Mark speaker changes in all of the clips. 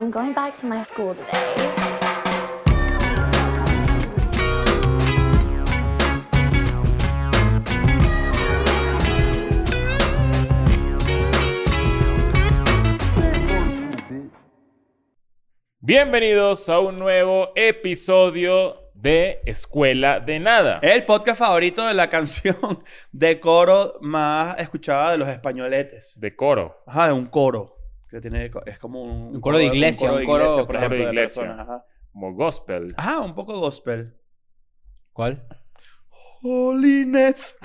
Speaker 1: I'm going back to my school today.
Speaker 2: Bienvenidos a un nuevo episodio de Escuela de Nada.
Speaker 3: Eh.
Speaker 4: El podcast favorito de la canción de coro más escuchada de los españoletes.
Speaker 2: De coro.
Speaker 4: Ajá, de un coro. Que tiene, es como un,
Speaker 3: Un coro de iglesia, un coro-
Speaker 4: por
Speaker 2: claro,
Speaker 4: ejemplo,
Speaker 2: de
Speaker 4: de
Speaker 2: iglesia.
Speaker 4: personas, Ajá.
Speaker 2: Como gospel.
Speaker 3: Ah,
Speaker 4: Ajá, un poco gospel.
Speaker 3: ¿Cuál?
Speaker 4: Jolines.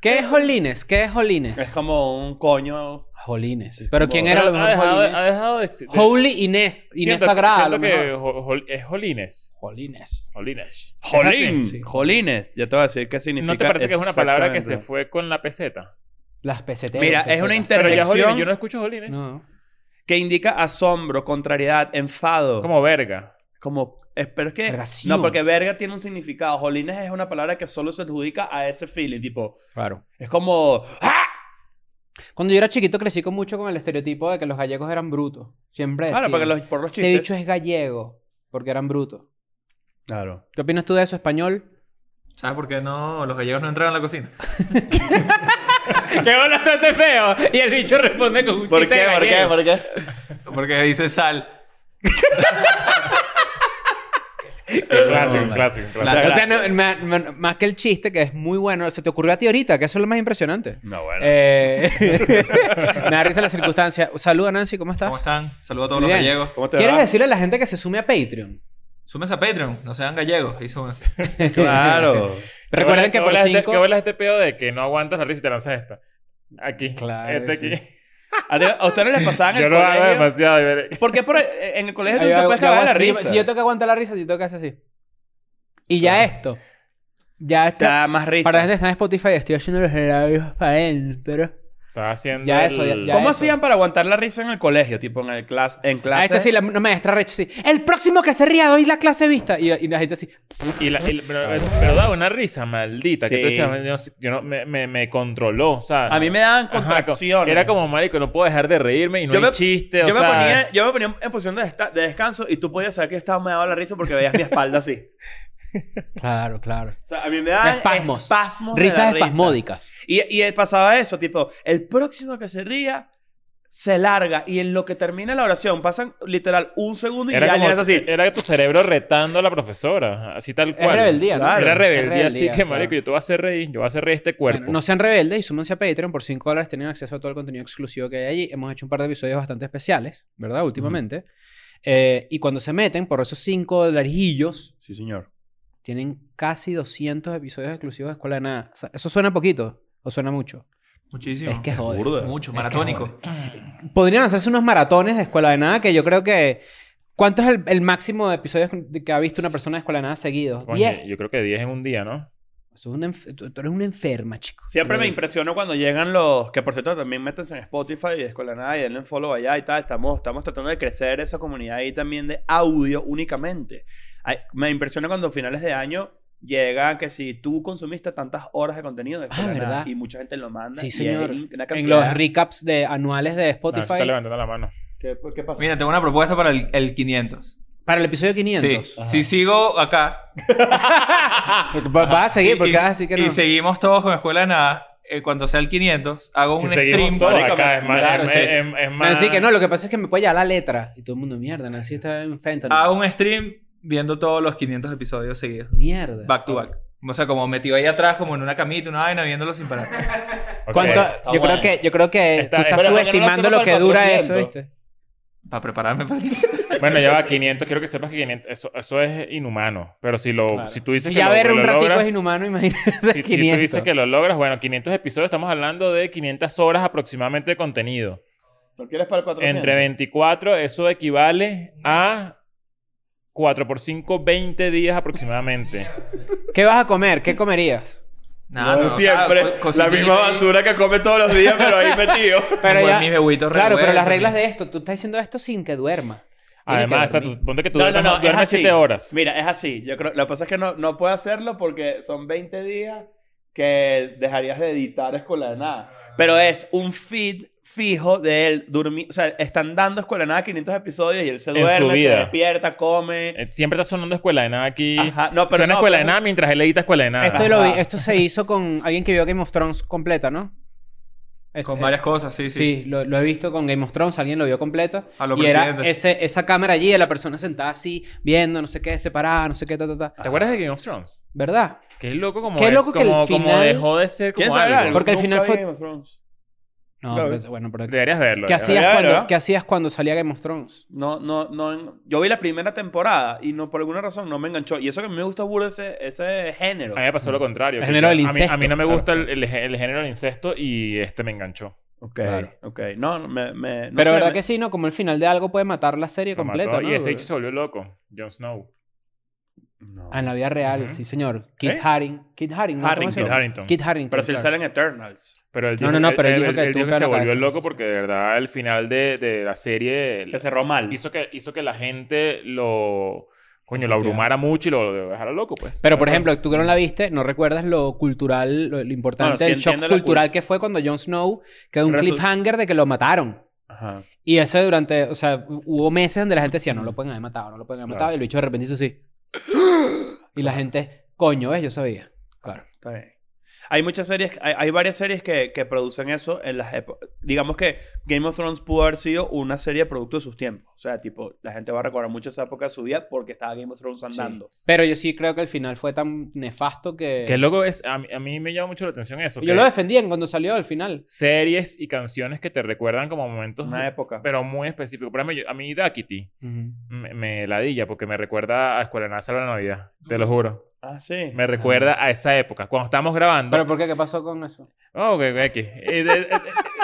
Speaker 3: ¿Qué es Jolines? ¿Qué es
Speaker 4: Es
Speaker 3: Jolines?
Speaker 4: como un coño.
Speaker 3: Jolines.
Speaker 4: Es
Speaker 3: Pero
Speaker 4: como-
Speaker 3: ¿quién era lo
Speaker 2: ha
Speaker 3: mejor
Speaker 2: dejado, ha
Speaker 3: Jolines?
Speaker 2: dejado de existir.
Speaker 3: Holy Inés. Inés
Speaker 2: Siento-
Speaker 3: Sagrada. a
Speaker 2: siento
Speaker 3: lo
Speaker 2: que
Speaker 3: mejor.
Speaker 2: jo- jo- es Jolines.
Speaker 3: Jolines.
Speaker 2: Jolines.
Speaker 4: Jolín.
Speaker 3: Sí.
Speaker 4: Jolines. Ya te voy a decir qué significa.
Speaker 2: ¿No te parece que es una palabra que se
Speaker 4: exactamente.
Speaker 2: fue con la peseta?
Speaker 3: Las peseteras.
Speaker 4: Mira, es
Speaker 2: Pero
Speaker 4: una
Speaker 3: pesetas.
Speaker 2: ya
Speaker 4: Interjección.
Speaker 2: Jolines, yo no escucho Jolines.
Speaker 3: No.
Speaker 4: Que indica asombro, contrariedad, enfado.
Speaker 2: Como verga.
Speaker 4: Como, es- pero es que...
Speaker 3: Vergación.
Speaker 4: No, porque verga tiene un significado. Jolines es una palabra que solo se adjudica a ese feeling. Tipo,
Speaker 3: Claro.
Speaker 4: es como... ¡Ah!
Speaker 3: Cuando yo era chiquito crecí con mucho con el estereotipo de que los gallegos eran brutos. Siempre
Speaker 4: Claro,
Speaker 3: decían,
Speaker 4: porque los, por los
Speaker 3: este
Speaker 4: chistes...
Speaker 3: bicho es gallego porque eran brutos.
Speaker 4: Claro.
Speaker 3: ¿Qué opinas tú de eso, español?
Speaker 5: ¿Sabes por qué no? Los gallegos no entraron a la cocina.
Speaker 3: ¡Qué bastante feo! Y el bicho responde con un
Speaker 4: Este ¿Por qué?
Speaker 5: Porque dice sal.
Speaker 2: Un clásico, un clásico, un clásico.
Speaker 3: O sea, no, ma- ma- más que el chiste, que es muy bueno, se te ocurrió a ti ahorita, que eso es lo más impresionante.
Speaker 2: No, bueno.
Speaker 3: Eh, me da risa la circunstancia. Saluda, Nancy, ¿cómo estás?
Speaker 5: ¿Cómo están? Saludos a todos
Speaker 3: Bien.
Speaker 5: los gallegos.
Speaker 4: ¿Cómo te
Speaker 3: ¿Quieres
Speaker 4: va?
Speaker 3: decirle a la gente que se sume a Patreon?
Speaker 5: Súmense a Patreon, no sean gallegos y súmense.
Speaker 4: Claro.
Speaker 3: Recuerden que por
Speaker 2: ¿Qué
Speaker 3: 5...
Speaker 2: bolas este pedo de que no aguantas la risa y te lanzas esta? Aquí.
Speaker 3: Claro,
Speaker 2: Este
Speaker 3: sí.
Speaker 2: aquí.
Speaker 4: ¿A, ti- a ustedes les pasaban en
Speaker 2: Yo
Speaker 4: el
Speaker 2: lo hago
Speaker 4: colegio?
Speaker 2: demasiado. y veré.
Speaker 4: ¿Por qué por, eh, en el colegio tú te puedes cagar de la risa?
Speaker 3: Si yo tengo que aguantar la risa, tú tengo que hacer así. Y ya esto. Ya
Speaker 4: Te
Speaker 3: está.
Speaker 4: da más risa.
Speaker 3: Para este la gente que está en Spotify, estoy haciendo los labios para él, pero...
Speaker 2: Estaba haciendo.
Speaker 3: Ya eso,
Speaker 2: el-
Speaker 3: ya- ya
Speaker 4: ¿Cómo
Speaker 3: eso.
Speaker 4: hacían para aguantar la risa en el colegio? Tipo, en, el clas en clase...
Speaker 3: Ah, esta sí, la una maestra recha así. El próximo que se ría doy la clase vista. Y, y la gente así.
Speaker 2: Y la, y la- pero, pero daba una risa maldita. Que tú
Speaker 4: Sí.
Speaker 2: decías, yo, no- yo no, me, me, me controló, o sea.
Speaker 4: A mí me daban
Speaker 2: Ajá,
Speaker 4: contracciones.
Speaker 2: Era como, marico, no puedo dejar de reírme y no
Speaker 4: Yo
Speaker 2: hay
Speaker 4: me-
Speaker 2: chiste, o
Speaker 4: Yo me,
Speaker 2: sea.
Speaker 4: ponía, yo me ponía en posición de, desta- de descanso y tú podías saber que yo estaba me daba la risa porque veías mi espalda así.
Speaker 3: Claro, claro.
Speaker 4: O sea, a mí me daban
Speaker 3: Espasmos.
Speaker 4: espasmos. de la
Speaker 3: Risas
Speaker 4: risa.
Speaker 3: espasmódicas.
Speaker 4: Y, y pasaba eso, tipo, el próximo que se ría se larga y en lo que termina la oración pasan literal un segundo y
Speaker 2: Era
Speaker 4: ya
Speaker 2: como,
Speaker 4: le haces así.
Speaker 2: era tu cerebro retando a la profesora, así tal
Speaker 3: Es
Speaker 2: cual.
Speaker 3: rebeldía, ¿no?
Speaker 4: Claro.
Speaker 2: Era rebeldía,
Speaker 3: Es
Speaker 2: así que,
Speaker 3: claro.
Speaker 2: marico, yo te voy a hacer reír, yo voy a hacer reír este cuerpo.
Speaker 3: Bueno, no sean rebeldes y súmense a Patreon. Por 5 dólares tienen acceso a todo el contenido exclusivo que hay allí. Hemos hecho un par de episodios bastante especiales, ¿verdad? Últimamente. Eh, y cuando se meten, por esos 5 dolarijillos,
Speaker 4: Sí, señor.
Speaker 3: tienen casi 200 episodios exclusivos de Escuela de Nada. O sea, ¿Eso suena poquito o suena mucho?
Speaker 5: Muchísimo.
Speaker 3: Es que joder.
Speaker 4: Burda.
Speaker 5: Mucho,
Speaker 3: Es
Speaker 5: maratónico.
Speaker 3: Podrían hacerse unos maratones de Escuela de Nada que yo creo que... ¿Cuánto es el, el máximo de episodios que ha visto una persona de Escuela de Nada seguidos?
Speaker 2: Coño,
Speaker 3: 10.
Speaker 2: yo creo que 10 en un día, ¿no?
Speaker 3: Eso es una enf- tú, tú eres una enferma, chico.
Speaker 4: Siempre
Speaker 3: Te lo
Speaker 4: me
Speaker 3: digo.
Speaker 4: impresiono cuando llegan los, que por cierto también métanse en Spotify y Escuela de Nada y denle un follow allá y tal. Estamos, estamos tratando de crecer esa comunidad ahí también de audio únicamente. Ay, me impresiona cuando a finales de año llegan que si tú consumiste tantas horas de contenido de
Speaker 3: Ah,
Speaker 4: Escuela de Nada
Speaker 3: ¿verdad?
Speaker 4: y mucha gente lo manda.
Speaker 3: Sí,
Speaker 4: y
Speaker 3: señor.
Speaker 4: hay una
Speaker 3: En
Speaker 4: cantidad-
Speaker 3: los recaps de, anuales de
Speaker 2: No, se
Speaker 3: Spotify.
Speaker 2: está levantando la mano.
Speaker 4: ¿Qué, ¿Qué pasó?
Speaker 5: Mira, tengo una propuesta para el, el 500.
Speaker 3: Para el episodio 500.
Speaker 5: Sí, si sigo acá.
Speaker 3: Va, va a seguir, porque
Speaker 5: y,
Speaker 3: así que no.
Speaker 5: y seguimos todos con Escuela de Nada. eh, cuando sea el 500, hago un
Speaker 2: Si
Speaker 5: stream.
Speaker 2: seguimos todos
Speaker 4: marico,
Speaker 2: acá,
Speaker 4: me-
Speaker 2: es más...
Speaker 5: claro,
Speaker 2: es,
Speaker 5: sí,
Speaker 2: es-
Speaker 5: sí.
Speaker 2: es- es más...
Speaker 3: Nancy, que no, lo que pasa es que me puede llegar la letra. Y todo el mundo, mierda, Nancy está en fentanyl.
Speaker 5: Hago un stream viendo todos los 500 episodios seguidos.
Speaker 3: Mierda.
Speaker 5: Back to back. O sea, como metido ahí atrás, como en una camita, una vaina, viéndolo sin parar.
Speaker 2: Ok.
Speaker 3: ¿Cuánto- yo,
Speaker 4: bueno.
Speaker 3: creo que, yo creo que
Speaker 2: Está-
Speaker 3: tú estás
Speaker 2: pero
Speaker 4: mañana
Speaker 3: subestimando
Speaker 4: lo
Speaker 3: lo
Speaker 4: hacemos
Speaker 3: que
Speaker 4: para el
Speaker 3: dura
Speaker 4: 400.
Speaker 3: eso, ¿viste?
Speaker 5: Para prepararme para el 500.
Speaker 2: Bueno, ya va 500. Quiero que sepas que 500... Eso, eso es inhumano. Pero si lo...
Speaker 3: Claro.
Speaker 2: Si tú dices
Speaker 3: Si
Speaker 2: que
Speaker 3: ya
Speaker 2: lo,
Speaker 3: ver
Speaker 2: que
Speaker 3: un
Speaker 2: lo
Speaker 3: ratico
Speaker 2: logras-
Speaker 3: es inhumano, imagínate
Speaker 2: Si, si tú
Speaker 3: 500.
Speaker 2: dices que lo logras, bueno, 500 episodios, estamos hablando de 500 horas aproximadamente de contenido.
Speaker 4: ¿Lo quieres para el 400?
Speaker 2: Entre 24, eso equivale a 4 por 5, 20 días aproximadamente.
Speaker 3: ¿Qué vas a comer? ¿Qué comerías?
Speaker 5: Nada,
Speaker 4: Como
Speaker 5: Ah, no, o sea,
Speaker 4: siempre,
Speaker 5: co-
Speaker 4: la
Speaker 5: cocinita
Speaker 4: misma
Speaker 5: ahí,
Speaker 4: basura que come todos los días, pero ahí metido.
Speaker 3: Pero
Speaker 5: igual
Speaker 3: ya-
Speaker 5: mis huevitos
Speaker 3: Claro, pero
Speaker 5: revueltos,
Speaker 3: las reglas
Speaker 5: mi-
Speaker 3: de esto, tú estás diciendo esto sin que duerma. Tiene que
Speaker 2: Además, o sea,
Speaker 3: dormir.
Speaker 2: tú- ponte que tú
Speaker 4: No, no,
Speaker 2: duermes,
Speaker 4: no, es
Speaker 2: duermes
Speaker 4: así.
Speaker 2: 7 horas.
Speaker 4: Mira, es así. Yo creo, lo que pasa es que no, no puedo hacerlo porque son 20 días que dejarías de editar Escuela de Nada. Pero es un feed fijo de él durmiendo. O sea, están dando Escuela de Nada 500 episodios y él se
Speaker 2: En su
Speaker 4: duerme, se
Speaker 2: vida.
Speaker 4: despierta, come.
Speaker 2: Eh, Siempre está sonando escuela de nada aquí.
Speaker 4: Ajá. No, pero
Speaker 2: Suena
Speaker 4: no,
Speaker 2: escuela
Speaker 4: pero-
Speaker 2: de nada mientras él edita escuela de nada.
Speaker 3: Esto, lo vi-
Speaker 4: Ajá.
Speaker 3: esto se hizo con alguien que vio Game of Thrones completa, ¿no? Este-
Speaker 5: Con varias cosas, sí, sí.
Speaker 3: Sí, lo, lo he visto con Game of Thrones, alguien lo vio completa.
Speaker 5: A lo
Speaker 3: y era
Speaker 5: presidente.
Speaker 3: ese, esa cámara allí, de la persona sentada así, viendo, no sé qué, separada, no sé qué, ta, ta, ta.
Speaker 2: ¿Te acuerdas de Game of Thrones?
Speaker 3: ¿Verdad?
Speaker 2: Qué loco como
Speaker 3: Qué
Speaker 2: es,
Speaker 3: loco que el
Speaker 2: como, como
Speaker 3: final-
Speaker 2: dejó de ser
Speaker 4: ¿Quieres
Speaker 2: como
Speaker 4: saber
Speaker 2: algo.
Speaker 4: algo?
Speaker 3: Porque al
Speaker 4: Nunca
Speaker 3: final
Speaker 4: vi
Speaker 3: fue-
Speaker 4: Game of Thrones.
Speaker 3: No,
Speaker 4: Claro.
Speaker 3: pero es- bueno, pero...
Speaker 2: Deberías verlo.
Speaker 3: ¿Qué
Speaker 2: deberías
Speaker 3: hacías,
Speaker 4: Claro,
Speaker 3: cuando,
Speaker 4: ¿verdad?
Speaker 3: ¿Qué hacías cuando salía Game of Thrones?
Speaker 4: No, no, no. Yo vi la primera temporada y no por alguna razón no me enganchó. Y eso que a mí me gusta burda ese, ese género.
Speaker 2: A mí me pasó lo contrario.
Speaker 3: El
Speaker 2: que
Speaker 3: género
Speaker 2: yo-
Speaker 3: del
Speaker 2: a mí- A mí,
Speaker 3: incesto.
Speaker 2: no me gusta el, el gé- el género del incesto y este me enganchó.
Speaker 4: Ok,
Speaker 3: Claro.
Speaker 4: ok. No, no, me, me, no
Speaker 3: pero
Speaker 4: sé,
Speaker 3: verdad
Speaker 4: me-
Speaker 3: que sí, ¿no? Como el final de algo puede matar la serie
Speaker 2: Lo mató
Speaker 3: completa, ¿no?
Speaker 2: Y este bicho se volvió loco. Jon Snow.
Speaker 4: No.
Speaker 3: Ah, en la vida real,
Speaker 2: Ujú.
Speaker 3: sí, señor. Kit
Speaker 4: ¿Eh?
Speaker 3: Haring. Kit Haring. ¿no? ¿Cómo se
Speaker 2: Kit
Speaker 4: Harrington.
Speaker 3: llama?
Speaker 2: Harington.
Speaker 3: Kit Harington.
Speaker 4: Pero si él
Speaker 3: claro.
Speaker 4: sale en Eternals.
Speaker 2: Pero él
Speaker 3: No,
Speaker 2: dijo-
Speaker 3: no, no,
Speaker 2: él-
Speaker 3: pero él dijo
Speaker 2: él-
Speaker 3: que
Speaker 2: él
Speaker 3: tú
Speaker 2: dijo que
Speaker 3: pega
Speaker 2: se
Speaker 3: la
Speaker 2: volvió
Speaker 3: cabeza.
Speaker 2: loco porque de verdad el final de, de la serie
Speaker 4: Que cerró mal.
Speaker 2: hizo que hizo que la gente lo coño lo abrumara mucho y lo, lo dejara loco pues.
Speaker 3: Pero, por ejemplo, tú que no la viste, no recuerdas lo cultural, lo, lo importante,
Speaker 4: Bueno, sí
Speaker 3: el shock
Speaker 4: entiendo la cul-
Speaker 3: cultural que fue cuando Jon Snow quedó un
Speaker 4: Resu-
Speaker 3: cliffhanger de que lo mataron.
Speaker 4: Ajá.
Speaker 3: Y ese durante, o sea, hu- hubo meses donde la gente decía, no lo pueden haber matado, no lo pueden haber
Speaker 2: Claro.
Speaker 3: matado. Y el bicho de repente hizo así. Y la gente, coño, ¿ves? Yo sabía. Claro.
Speaker 4: Está bien. Hay muchas series, hay, hay varias series que, que producen eso en las épocas. Digamos que Game of Thrones pudo haber sido una serie producto de sus tiempos. O sea, tipo, la gente va a recordar mucho esa época de su vida porque estaba Game of Thrones
Speaker 3: Sí.
Speaker 4: andando.
Speaker 3: Pero yo sí creo que el final fue tan nefasto que...
Speaker 2: que loco es a mí, a mí me llama mucho la atención eso.
Speaker 3: Yo
Speaker 2: que
Speaker 3: lo defendí en cuando salió al final.
Speaker 2: series y canciones que te recuerdan como momentos
Speaker 4: Una época.
Speaker 2: pero muy específicos. Por ejemplo, yo- a mí Duckity me, me ladilla porque me recuerda a Escuela de Nada Salva la Navidad, te lo juro.
Speaker 4: ah, sí.
Speaker 2: Me recuerda a esa época cuando estábamos grabando.
Speaker 3: ¿Pero por qué? ¿Qué pasó con eso?
Speaker 2: Oh, ok, ok, aquí. Eh, de- eh,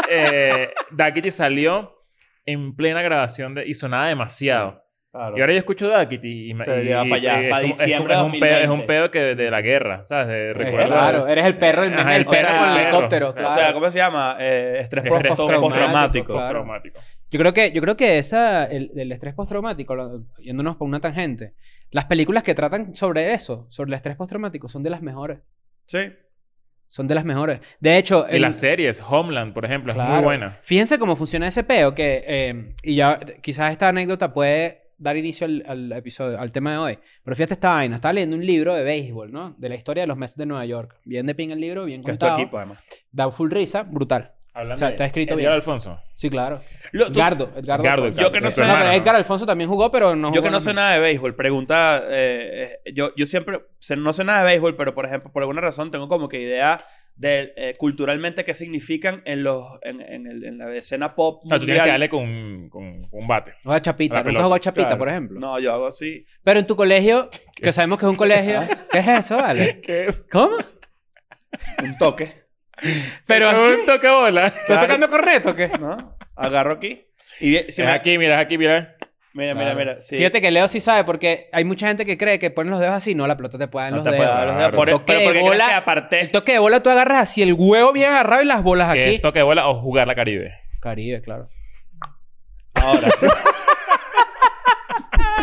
Speaker 2: eh, Duckity salió en plena grabación de, y sonaba demasiado.
Speaker 4: Claro.
Speaker 2: Y ahora yo escucho Duckity y, me-
Speaker 4: Te
Speaker 2: y-
Speaker 4: lleva
Speaker 2: y-
Speaker 4: pa' allá,
Speaker 2: y es
Speaker 4: pa'
Speaker 2: como- es, como-
Speaker 4: diciembre
Speaker 2: es un pedo, es
Speaker 4: 2020.
Speaker 2: un pedo que de, de la guerra, ¿sabes? De, recuerdo.
Speaker 3: claro, eres el perro, el,
Speaker 2: Ajá,
Speaker 3: meme, el
Speaker 2: el
Speaker 3: perro
Speaker 4: perro,
Speaker 3: con el
Speaker 4: el perro.
Speaker 3: helicóptero.
Speaker 4: O
Speaker 3: Claro.
Speaker 4: sea, ¿cómo se llama? Eh, estrés,
Speaker 2: Estrés
Speaker 4: post-
Speaker 2: postraumático,
Speaker 4: postraumático.
Speaker 3: claro.
Speaker 2: Traumático.
Speaker 3: Yo creo que, yo creo que esa, el, el estrés postraumático, lo- yéndonos por una tangente, las películas que tratan sobre eso, sobre el estrés postraumático, son de las mejores.
Speaker 4: Sí.
Speaker 3: Son de las mejores. De hecho,
Speaker 2: Y
Speaker 3: el-
Speaker 2: las series, Homeland, por ejemplo, es
Speaker 3: Claro.
Speaker 2: muy buena.
Speaker 3: fíjense cómo funciona ese peo, que, eh, y ya quizás esta anécdota puede dar inicio al, al episodio, al tema de hoy. Pero fíjate esta vaina, estaba leyendo un libro de béisbol, ¿no? De la historia de los Mets de Nueva York. Bien de ping el libro, bien
Speaker 4: Que es tu
Speaker 3: contado.
Speaker 4: equipo, además.
Speaker 3: Da full risa, brutal.
Speaker 2: Hablando
Speaker 3: O sea,
Speaker 2: de-
Speaker 3: está escrito
Speaker 2: Edgar
Speaker 3: bien.
Speaker 2: Alfonso.
Speaker 3: Sí, claro.
Speaker 4: Lo- tú-
Speaker 3: Edgardo, Edgardo.
Speaker 2: Edgardo,
Speaker 3: Alfonso.
Speaker 4: Yo que no
Speaker 3: Sí,
Speaker 4: sé-
Speaker 3: pero
Speaker 2: hermano.
Speaker 3: Edgar Alfonso también jugó, pero no jugó
Speaker 4: Yo que
Speaker 3: en
Speaker 4: no
Speaker 3: los
Speaker 4: sé
Speaker 3: Mets.
Speaker 4: nada de béisbol, pregunta, eh, eh, yo, yo siempre, sé- no sé nada de béisbol, pero por ejemplo, por alguna razón tengo como que idea de eh, culturalmente qué significan en los en, en el- en la escena pop.
Speaker 2: O sea, tú tienes
Speaker 4: mundial.
Speaker 2: que darle con, un- con, con un bate.
Speaker 3: Juega
Speaker 2: A
Speaker 3: chapita.
Speaker 2: la
Speaker 3: Nunca
Speaker 2: pelota,
Speaker 3: jugó chapita,
Speaker 4: Claro.
Speaker 3: por ejemplo.
Speaker 4: No, yo hago así.
Speaker 3: Pero en tu colegio, que sabemos que es un colegio... ¿Qué es eso, vale?
Speaker 2: ¿Qué es?
Speaker 3: ¿Cómo?
Speaker 4: Un toque,
Speaker 3: Pero así...
Speaker 2: un toque bola.
Speaker 3: ¿Estás tocando correcto o qué?
Speaker 4: ¿no? Agarro aquí. Y bien- si
Speaker 2: es
Speaker 4: me-
Speaker 3: Eh.
Speaker 2: aquí, mira, es aquí, mira.
Speaker 4: Mira, mira,
Speaker 3: Claro.
Speaker 4: mira. sí.
Speaker 3: Fíjate que Leo sí sabe porque hay mucha gente que cree que ponen los dedos así. No, la pelota te puede dar en
Speaker 4: No
Speaker 3: los
Speaker 4: te puedo
Speaker 3: dedos.
Speaker 4: dar los
Speaker 2: Claro.
Speaker 4: dedos. Por-
Speaker 3: Toque
Speaker 4: pero
Speaker 3: de
Speaker 4: porque crees
Speaker 3: bola-
Speaker 4: que aparte...
Speaker 3: El toque de bola tú agarras así el huevo bien agarrado y las bolas
Speaker 2: Que
Speaker 3: aquí.
Speaker 2: es toque de bola o jugar la Caribe.
Speaker 3: Caribe, claro.
Speaker 4: Ahora.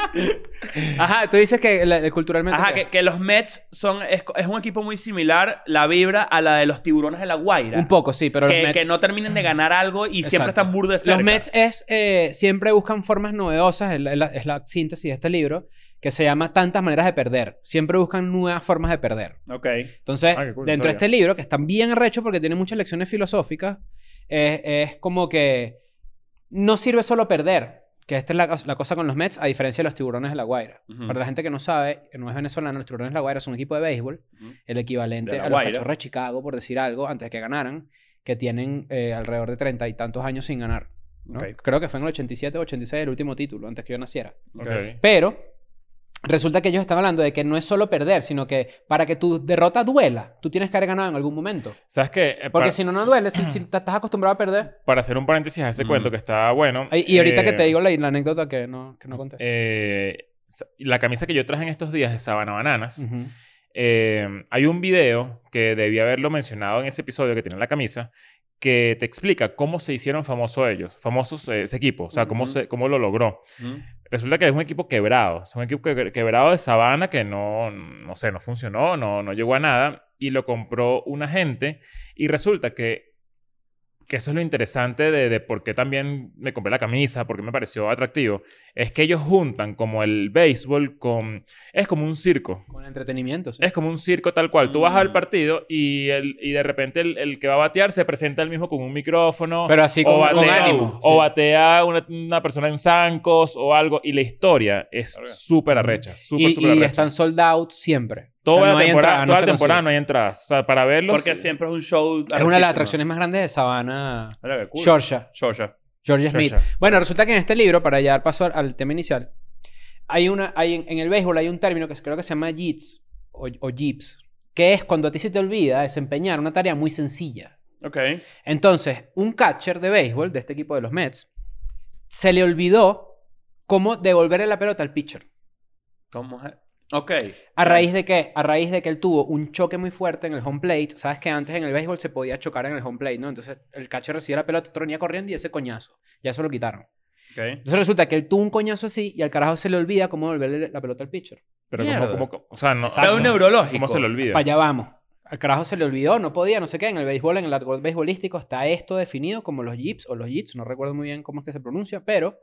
Speaker 3: Ajá, tú dices que la- eh, culturalmente...
Speaker 4: Ajá,
Speaker 3: ¿qué?
Speaker 4: que, que los Mets son... Es, es un equipo muy similar, la vibra, a la de los tiburones de la Guaira.
Speaker 3: Un poco, sí, pero
Speaker 4: que,
Speaker 3: los Mets...
Speaker 4: que no terminen de ganar algo y siempre
Speaker 3: Exacto.
Speaker 4: están burdes cerca.
Speaker 3: Los Mets es, eh, siempre buscan formas novedosas, es la, es la- es la síntesis de este libro, que se llama Tantas maneras de perder. Siempre buscan nuevas formas de perder.
Speaker 4: Ok.
Speaker 3: Entonces,
Speaker 2: Ah, qué cool, no
Speaker 3: dentro de
Speaker 2: sabía.
Speaker 3: este libro, que están bien arrechos porque tiene muchas lecciones filosóficas, es, es como que no sirve solo perder. Que esta es la, cos- la cosa con los Mets, a diferencia de los tiburones de la Guaira.
Speaker 4: Ujú.
Speaker 3: Para la gente que no sabe, que no es venezolano, los tiburones de la Guaira son un equipo de béisbol,
Speaker 4: Ujú.
Speaker 3: el
Speaker 4: De
Speaker 3: equivalente
Speaker 4: La
Speaker 3: a los
Speaker 4: Guaira.
Speaker 3: cachorros de Chicago, por decir algo, antes de que ganaran, que tienen eh, alrededor de treinta y tantos años sin ganar. ¿no?
Speaker 4: Ok.
Speaker 3: Creo que fue en el 87 o 86 el último título, antes que yo naciera.
Speaker 2: Ok.
Speaker 3: Pero resulta que ellos están hablando de que no es solo perder, sino que para que tu derrota duela, tú tienes que haber ganado en algún momento.
Speaker 2: ¿Sabes qué? Eh,
Speaker 3: Porque
Speaker 2: para,
Speaker 3: si no, no duele, si, si te estás acostumbrado a perder.
Speaker 2: para hacer un paréntesis a ese
Speaker 4: Mm.
Speaker 2: cuento que está bueno.
Speaker 3: Ay, y ahorita
Speaker 2: eh,
Speaker 3: que te digo la, la anécdota que no, que no conté.
Speaker 2: eh, sa- la camisa que yo traje en estos días de Sabana Bananas.
Speaker 3: Ujú.
Speaker 2: eh, hay un video que debí haberlo mencionado en ese episodio que tiene la camisa que te explica cómo se hicieron famosos ellos, famosos eh, ese equipo, o sea, cómo,
Speaker 4: Ujú.
Speaker 2: se, cómo lo logró.
Speaker 4: Ujú.
Speaker 2: Resulta que es un equipo quebrado. Es un equipo que- quebrado de Sabana que no, no sé, no funcionó, no, no llegó a nada. Y lo compró un agente. Y resulta que, que eso es lo interesante de, de por qué también me compré la camisa, por qué me pareció atractivo. Es que ellos juntan como el béisbol con... Es como un circo.
Speaker 3: Con entretenimiento, sí.
Speaker 2: Es como un circo tal cual. Tú vas al
Speaker 4: Mm.
Speaker 2: partido y, el, y de repente el, el que va a batear se presenta el mismo con un micrófono.
Speaker 3: Pero así
Speaker 2: o
Speaker 3: con,
Speaker 2: batea,
Speaker 3: con ánimo.
Speaker 2: o
Speaker 3: sí.
Speaker 2: batea una, una persona en zancos o algo. Y la historia es
Speaker 4: Verga.
Speaker 2: súper arrecha. Súper,
Speaker 3: Y,
Speaker 2: súper
Speaker 3: y
Speaker 2: arrecha.
Speaker 3: están sold out siempre. O
Speaker 2: Toda
Speaker 3: sea,
Speaker 2: la
Speaker 3: no hay
Speaker 2: temporada,
Speaker 3: entrada, no
Speaker 2: toda la
Speaker 3: se consigue.
Speaker 2: temporada no hay entradas. O sea, para verlos... eh,
Speaker 4: Porque siempre es un show.
Speaker 3: Es una de las atracciones más grandes de Savannah,
Speaker 4: Verga, cool.
Speaker 3: Georgia.
Speaker 4: Georgia.
Speaker 3: Georgia Smith.
Speaker 2: Georgia.
Speaker 3: Bueno, resulta que en este libro, para ya dar paso al, al tema inicial, hay una, hay, en, en el béisbol hay un término que creo que se llama jits o, o jips, que es cuando a ti se te olvida desempeñar una tarea muy sencilla.
Speaker 4: Ok.
Speaker 3: Entonces, un catcher de béisbol de este equipo de los Mets se le olvidó cómo devolverle la pelota al pitcher.
Speaker 4: ¿Cómo es? Ok.
Speaker 3: ¿A raíz de qué? A raíz de que él tuvo un choque muy fuerte en el home plate. Sabes que antes en el béisbol se podía chocar en el home plate, ¿no? Entonces el catcher recibía la pelota, otro venía corriendo y ese coñazo. Ya se lo quitaron.
Speaker 4: Ok.
Speaker 3: Entonces resulta que él tuvo un coñazo así y al carajo se le olvida cómo devolverle la pelota al pitcher.
Speaker 2: Pero
Speaker 4: Mierda.
Speaker 2: como, como- O sea, no...
Speaker 4: Pero un neurológico.
Speaker 2: ¿Cómo se le olvida?
Speaker 3: Para allá vamos. Al carajo se le olvidó, no podía, no sé qué. En el béisbol, en el argot beisbolístico está esto definido como los jips o los jits. No recuerdo muy bien cómo es que se pronuncia, pero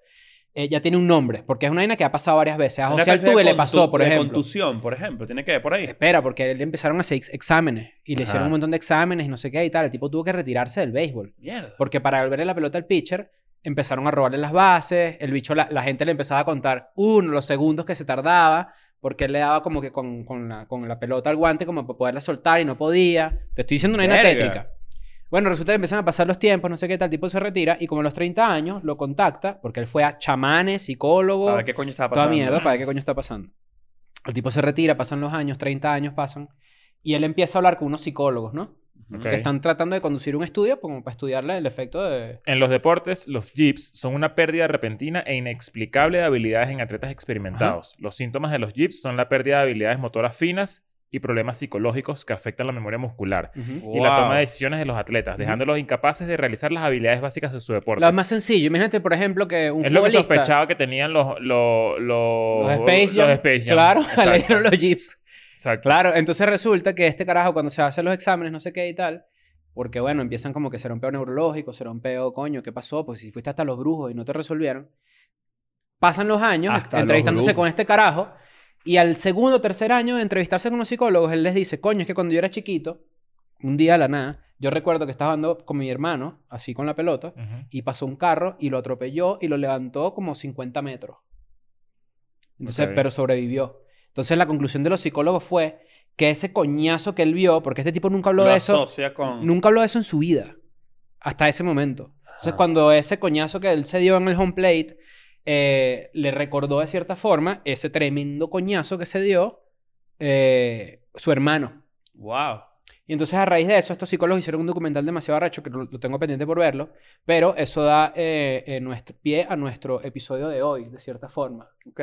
Speaker 3: eh, ya tiene un nombre. Porque es una vaina que ha pasado varias veces. A
Speaker 4: Una
Speaker 3: José
Speaker 4: especie de
Speaker 3: Altuve le
Speaker 4: contu-
Speaker 3: pasó, por
Speaker 4: de
Speaker 3: ejemplo.
Speaker 4: contusión, por ejemplo. Tiene que ver por ahí.
Speaker 3: Espera, porque le empezaron a hacer ex- exámenes y le hicieron
Speaker 4: Ajá.
Speaker 3: un montón de exámenes y no sé qué y tal. El tipo tuvo que retirarse del béisbol.
Speaker 4: Mierda.
Speaker 3: Porque para devolverle la pelota al pitcher, empezaron a robarle las bases. El bicho, la, la gente le empezaba a contar uno, los segundos que se tardaba, porque él le daba como que con, con la, con la pelota al guante, como para poderla soltar y no podía. Te estoy diciendo una vaina
Speaker 4: Verga.
Speaker 3: tétrica. Bueno, resulta que empiezan a pasar los tiempos, no sé qué tal. El tipo se retira y, como a los 30 años, lo contacta, porque él fue a chamanes, psicólogo,
Speaker 4: A ver qué coño estaba
Speaker 3: toda
Speaker 4: pasando.
Speaker 3: mierda, para ver qué coño está pasando. El tipo se retira, pasan los años, 30 años pasan, y él empieza a hablar con unos psicólogos, ¿no?
Speaker 4: Ujú.
Speaker 2: Ok.
Speaker 3: Que están tratando de conducir un estudio como para estudiarle el efecto de...
Speaker 2: En los deportes, los jips son una pérdida repentina e inexplicable de habilidades en atletas experimentados. Los síntomas de los jips son la pérdida de habilidades motoras finas y problemas psicológicos que afectan la memoria muscular
Speaker 3: Ujú.
Speaker 2: y la
Speaker 4: Wow.
Speaker 2: toma de decisiones de los atletas,
Speaker 3: Ujú.
Speaker 2: dejándolos incapaces de realizar las habilidades básicas de su deporte.
Speaker 3: Lo más sencillo, imagínate, por ejemplo, que un
Speaker 2: es lo que
Speaker 3: futbolista...
Speaker 2: sospechaba que tenían los los los,
Speaker 3: Los Space Jam,
Speaker 2: los Space Jam.
Speaker 3: Claro,
Speaker 2: Exacto,
Speaker 3: le dieron los jeeps.
Speaker 2: exacto.
Speaker 3: Claro, entonces resulta que este carajo cuando se hace los exámenes, no sé qué y tal, porque bueno, empiezan como que será un peo neurológico, será un peo, coño, ¿qué pasó? Pues si fuiste hasta los brujos y no te resolvieron. Pasan los años
Speaker 4: Hasta los
Speaker 3: entrevistándose
Speaker 4: brujos.
Speaker 3: con este carajo y al segundo o tercer año de entrevistarse con unos psicólogos, él les dice, coño, es que cuando yo era chiquito, un día de la nada, yo recuerdo que estaba andando con mi hermano, así con la pelota,
Speaker 2: Ujú.
Speaker 3: y pasó un carro y lo atropelló y lo levantó como 50 metros. Entonces,
Speaker 2: Ok.
Speaker 3: pero sobrevivió. Entonces, la conclusión de los psicólogos fue que ese coñazo que él vio, porque este tipo nunca habló
Speaker 4: Lo
Speaker 3: de eso,
Speaker 4: asocia con...
Speaker 3: nunca habló de eso en su vida, hasta ese momento. Entonces,
Speaker 4: Ah.
Speaker 3: cuando ese coñazo que él se dio en el home plate eh, le recordó de cierta forma ese tremendo coñazo que se dio eh, su hermano.
Speaker 4: Wow.
Speaker 3: Y entonces a raíz de eso, estos psicólogos hicieron un documental demasiado arrecho que lo, lo tengo pendiente por verlo, pero eso da eh, eh, nuestro pie a nuestro episodio de hoy, de cierta forma.
Speaker 4: Ok.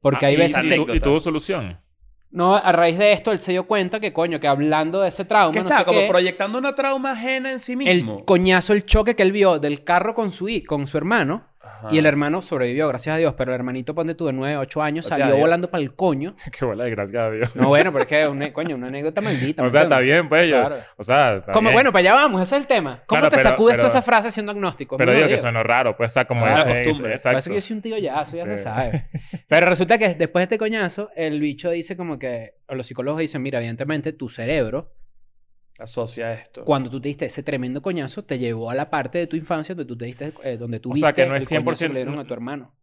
Speaker 3: Porque
Speaker 2: Ah,
Speaker 3: hay
Speaker 2: y-
Speaker 3: veces
Speaker 2: y,
Speaker 3: que...
Speaker 2: tu- y tuvo solución.
Speaker 3: No, a raíz de esto, él se dio cuenta que, coño, que hablando de ese trauma,
Speaker 4: Que
Speaker 3: no
Speaker 4: está
Speaker 3: sé
Speaker 4: como
Speaker 3: qué,
Speaker 4: proyectando una trauma ajena en sí mismo.
Speaker 3: el coñazo, el choque que él vio del carro con su, hi- con su hermano,
Speaker 2: Ah.
Speaker 4: Ajá.
Speaker 3: y el er- hermano sobrevivió, gracias a Dios, pero el hermanito, ponte tú, de 9, 8 años,
Speaker 4: O sea,
Speaker 3: salió
Speaker 4: Dios.
Speaker 3: volando para el coño.
Speaker 2: Qué bola de gracia a Dios.
Speaker 3: No, bueno, pero es que, es una, coño, una anécdota maldita.
Speaker 2: O
Speaker 3: ¿me
Speaker 2: sea, está
Speaker 3: entiendes?
Speaker 2: bien, pues. yo-
Speaker 3: Claro.
Speaker 2: O sea, está
Speaker 3: Como,
Speaker 2: bien.
Speaker 3: bueno, para allá vamos, ese es el tema. ¿Cómo
Speaker 2: Claro,
Speaker 3: te
Speaker 2: pero-
Speaker 3: sacudes
Speaker 2: pero-
Speaker 3: toda esa frase siendo agnóstico?
Speaker 2: Pero
Speaker 3: Muy
Speaker 2: digo que
Speaker 3: jodido.
Speaker 2: sonó raro, pues, o sea, como
Speaker 4: Ah,
Speaker 2: ese-
Speaker 4: la costumbre.
Speaker 2: ese-
Speaker 3: Parece que yo
Speaker 2: exacto.
Speaker 3: soy un tío ya, eso ya se
Speaker 2: Sí.
Speaker 3: sabe. Pero resulta que después de este coñazo, el bicho dice como que, o los psicólogos dicen, mira, evidentemente tu cerebro,
Speaker 4: Asocia esto.
Speaker 3: cuando tú te diste ese tremendo coñazo, te llevó a la parte de tu infancia donde tú te diste, eh, donde tú
Speaker 2: O sea,
Speaker 3: viste
Speaker 2: que no es
Speaker 3: el coñazo que
Speaker 2: 100%
Speaker 3: le dieron a tu hermano.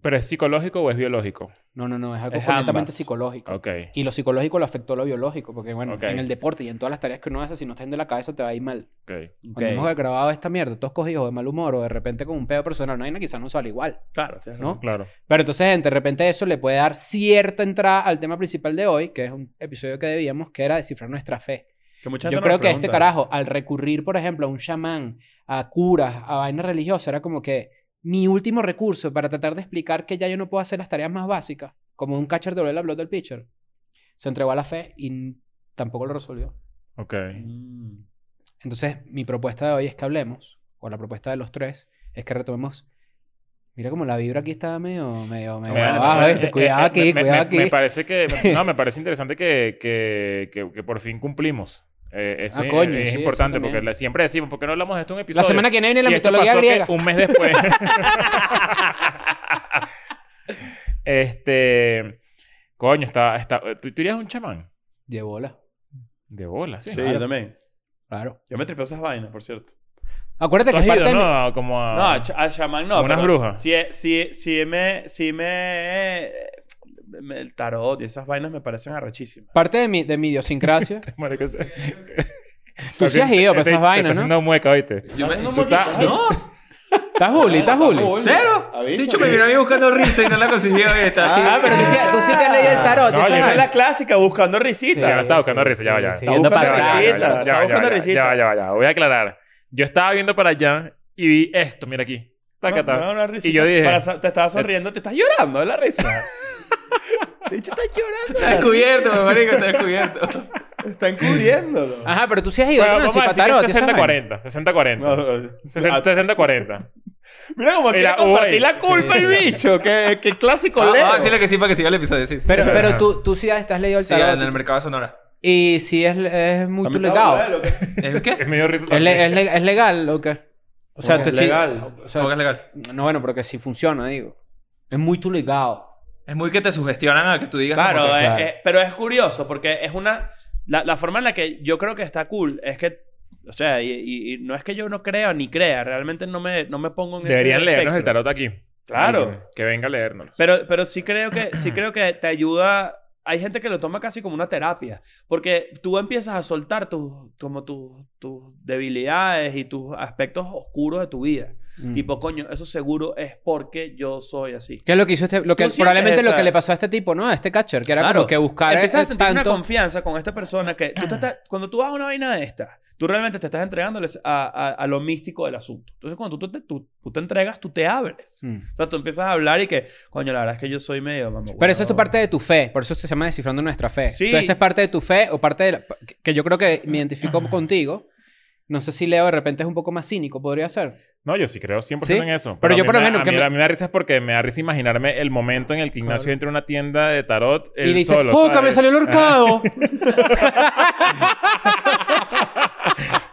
Speaker 2: ¿Pero es psicológico o es biológico?
Speaker 3: No, no, no, es algo
Speaker 4: Es
Speaker 3: completamente
Speaker 4: ambas.
Speaker 3: psicológico.
Speaker 2: Ok.
Speaker 3: Y lo psicológico lo afectó a lo biológico, porque bueno,
Speaker 2: Ok.
Speaker 3: en el deporte y en todas las tareas que uno hace, si no estás bien de la cabeza, te va a ir mal.
Speaker 2: ok.
Speaker 3: Cuando hemos grabado esta mierda, todos cogidos de mal humor o de repente con un pedo personal, una vaina quizás no sale igual.
Speaker 4: Claro, tienes
Speaker 3: ¿No?
Speaker 2: Claro.
Speaker 3: Pero entonces, gente, de repente eso le puede dar cierta entrada al tema principal de hoy, que es un episodio que debíamos, que era descifrar nuestra fe.
Speaker 4: Que mucha gente
Speaker 3: Yo
Speaker 4: nos
Speaker 3: creo que este
Speaker 4: pregunta.
Speaker 3: carajo, al recurrir, por ejemplo, a un chamán, a curas, a vainas religiosas, era como que mi último recurso para tratar de explicar que ya yo no puedo hacer las tareas más básicas, como un catcher de la pelota del pitcher, se entregó a la fe y n- tampoco lo resolvió.
Speaker 2: Ok.
Speaker 3: Ah,
Speaker 4: Mm.
Speaker 3: Entonces, mi propuesta de hoy es que hablemos, o la propuesta de los tres, es que retomemos Mira como la vibra aquí está medio, medio, medio
Speaker 2: Bueno,
Speaker 3: abajo,
Speaker 2: bueno,
Speaker 3: ¿viste?
Speaker 2: eh,
Speaker 3: Cuidado
Speaker 2: eh,
Speaker 3: aquí,
Speaker 2: me- me-
Speaker 3: cuidado
Speaker 2: me-
Speaker 3: aquí.
Speaker 2: Me parece que... No, me parece interesante que, que, que, que por fin cumplimos. Eh, eso
Speaker 3: Ah,
Speaker 2: es,
Speaker 3: coño,
Speaker 2: es
Speaker 3: sí, eso
Speaker 2: importante
Speaker 3: también.
Speaker 2: porque la- siempre decimos, ¿por qué no hablamos de esto en un episodio?
Speaker 3: la semana que viene viene la
Speaker 2: Y esto
Speaker 3: mitología
Speaker 2: pasó que
Speaker 3: griega.
Speaker 2: Un mes después. este... Coño, está... está ¿tú, tú irías a un chamán?
Speaker 3: De bola.
Speaker 2: De bola, sí. Ah,
Speaker 4: Sí,
Speaker 2: Claro.
Speaker 4: yo también.
Speaker 3: Claro.
Speaker 4: Yo me tripeo esas vainas, por cierto.
Speaker 3: Acuérdate
Speaker 2: Tú
Speaker 3: que
Speaker 2: has
Speaker 3: parte
Speaker 2: ido,
Speaker 3: de mi-
Speaker 2: ¿no? Ah, Como a...
Speaker 4: No, a, ch- a chamán no.
Speaker 2: Como unas
Speaker 4: pero
Speaker 2: brujas.
Speaker 4: Sí, sí, sí me, sí me, eh, me- El tarot y esas vainas me parecen arrechísimas.
Speaker 3: Parte de mi, de mi idiosincrasia.
Speaker 2: Marico, se-
Speaker 3: Tú sí has ido para
Speaker 2: Te-
Speaker 3: esas
Speaker 2: te
Speaker 3: vainas,
Speaker 2: está
Speaker 3: ¿no?
Speaker 2: haciendo mueca, ¿oíste?
Speaker 5: Yo me...
Speaker 4: No,
Speaker 5: ¿Tú
Speaker 4: muequita,
Speaker 5: estás-
Speaker 4: ay.
Speaker 5: No,
Speaker 3: ¿Estás bully? ¿Estás bully?
Speaker 5: cero.
Speaker 4: Avisa.
Speaker 5: Dicho me vino a mí buscando risa y no la consiguió esta.
Speaker 3: Ah, pero tú sí, tú sí te has leído el tarot.
Speaker 2: No,
Speaker 3: esa
Speaker 2: yo
Speaker 4: Esa
Speaker 3: vaina.
Speaker 4: es la clásica, buscando risitas.
Speaker 2: Sí, ya estaba buscando risa, ya va, ya. va.
Speaker 3: Sí,
Speaker 2: Ya va,
Speaker 3: Yendo
Speaker 2: ya va,
Speaker 3: para
Speaker 2: ya va,
Speaker 3: atrás.
Speaker 2: ya va, ya
Speaker 4: Estaba
Speaker 2: va, ya va,
Speaker 4: buscando
Speaker 2: ya va,
Speaker 4: risita.
Speaker 2: Ya va, ya va, ya va. Voy a aclarar. Yo estaba viendo para allá y vi esto, mira aquí. Taca,
Speaker 4: No, no,
Speaker 2: taca.
Speaker 4: una risita.
Speaker 2: Y yo dije- eh,
Speaker 4: Para sa- te estabas sonriendo, te estás llorando de la risa. De hecho, estás llorando.
Speaker 5: Está descubierto, marico, está descubierto.
Speaker 4: Están cubriéndolo.
Speaker 3: Ajá, pero tú sí has ido
Speaker 2: Bueno,
Speaker 3: ¿no?
Speaker 2: vamos
Speaker 3: Sí,
Speaker 2: a
Speaker 3: para
Speaker 2: decir
Speaker 3: tarot.
Speaker 2: que
Speaker 3: y
Speaker 2: es
Speaker 3: esa vaina.
Speaker 2: 60-40, 60-40.
Speaker 4: No, no, a-
Speaker 2: 60-40.
Speaker 4: Mira cómo quiere
Speaker 2: Mira,
Speaker 4: compartir
Speaker 2: uy.
Speaker 4: la culpa el bicho. Qué, qué clásico
Speaker 5: Vamos
Speaker 4: leo.
Speaker 5: a Ah, decirle que sí para que siga el episodio, sí. sí.
Speaker 3: Pero, pero tú, tú sí has, te has leído el
Speaker 5: Sí, en
Speaker 3: tarot.
Speaker 5: el mercado de Sonora.
Speaker 3: y sí es, es muy tu
Speaker 4: También está
Speaker 3: legado.
Speaker 4: bueno, ¿qué?
Speaker 5: ¿Es qué?
Speaker 2: Es medio risa
Speaker 3: ¿Es,
Speaker 2: también.
Speaker 3: le- es, le- es legal o qué? O sea,
Speaker 4: Porque
Speaker 3: te
Speaker 4: es
Speaker 3: sí-
Speaker 4: legal.
Speaker 3: o sea,
Speaker 5: ¿Cómo que es legal?
Speaker 3: no, bueno, pero que sí funciona, digo. Es muy tu legado.
Speaker 5: Es muy que te sugestionan a que tú digas.
Speaker 4: Claro,
Speaker 5: como que-
Speaker 4: eh,
Speaker 3: claro.
Speaker 4: eh, pero es curioso porque es una... La, la forma en la que yo creo que está cool es que... O sea, y, y- y no es que yo no crea ni crea. Realmente no me, no me pongo en ese
Speaker 2: Deberían leernos el
Speaker 4: espectro.
Speaker 2: tarot aquí.
Speaker 4: Claro.
Speaker 2: Alguien Que venga a leernos.
Speaker 4: Pero, pero sí, creo que, sí creo que te ayuda... Hay gente que lo toma casi como una terapia. Porque tú empiezas a soltar tus, como tus, tus debilidades y tus aspectos oscuros de tu vida.
Speaker 3: Mm.
Speaker 4: Tipo, coño, eso seguro es porque yo soy así.
Speaker 3: ¿Qué es lo que hizo este? Lo que,
Speaker 4: Tú sientes
Speaker 3: probablemente lo
Speaker 4: esa-
Speaker 3: que le pasó a este tipo, ¿no? A este catcher, que era
Speaker 4: Claro.
Speaker 3: como que buscar
Speaker 4: Empiezas a
Speaker 3: es-
Speaker 4: sentir una
Speaker 3: tanto. Ah.
Speaker 4: confianza con esta persona que tú te estás- cuando tú vas a una vaina de esta, tú realmente te estás entregándoles a, a- a lo místico del asunto. Entonces, cuando tú te, tú, tú te entregas, tú te abres.
Speaker 3: Mm.
Speaker 4: O sea, tú empiezas a hablar y que, coño, la verdad es que yo soy medio mamá.
Speaker 3: Pero eso es tu parte de tu fe, por eso se llama descifrando nuestra fe.
Speaker 4: Sí.
Speaker 3: Entonces es parte de tu fe o parte de la- que yo creo que me identifico contigo. No sé si Leo de repente es un poco más cínico, podría ser.
Speaker 2: No, yo sí creo 100%
Speaker 3: ¿Sí?
Speaker 2: en eso.
Speaker 3: Pero
Speaker 2: a
Speaker 3: yo
Speaker 2: mí
Speaker 3: por lo
Speaker 2: me-
Speaker 3: menos
Speaker 2: A
Speaker 3: que
Speaker 2: mí,
Speaker 3: me-
Speaker 2: a mí me da risa es porque me da risa imaginarme el momento en el que Ignacio entra a una tienda de tarot. él
Speaker 3: y le dice,
Speaker 2: solo,
Speaker 3: ¡Poca, me
Speaker 2: ¿sabes?
Speaker 3: salió el horcado!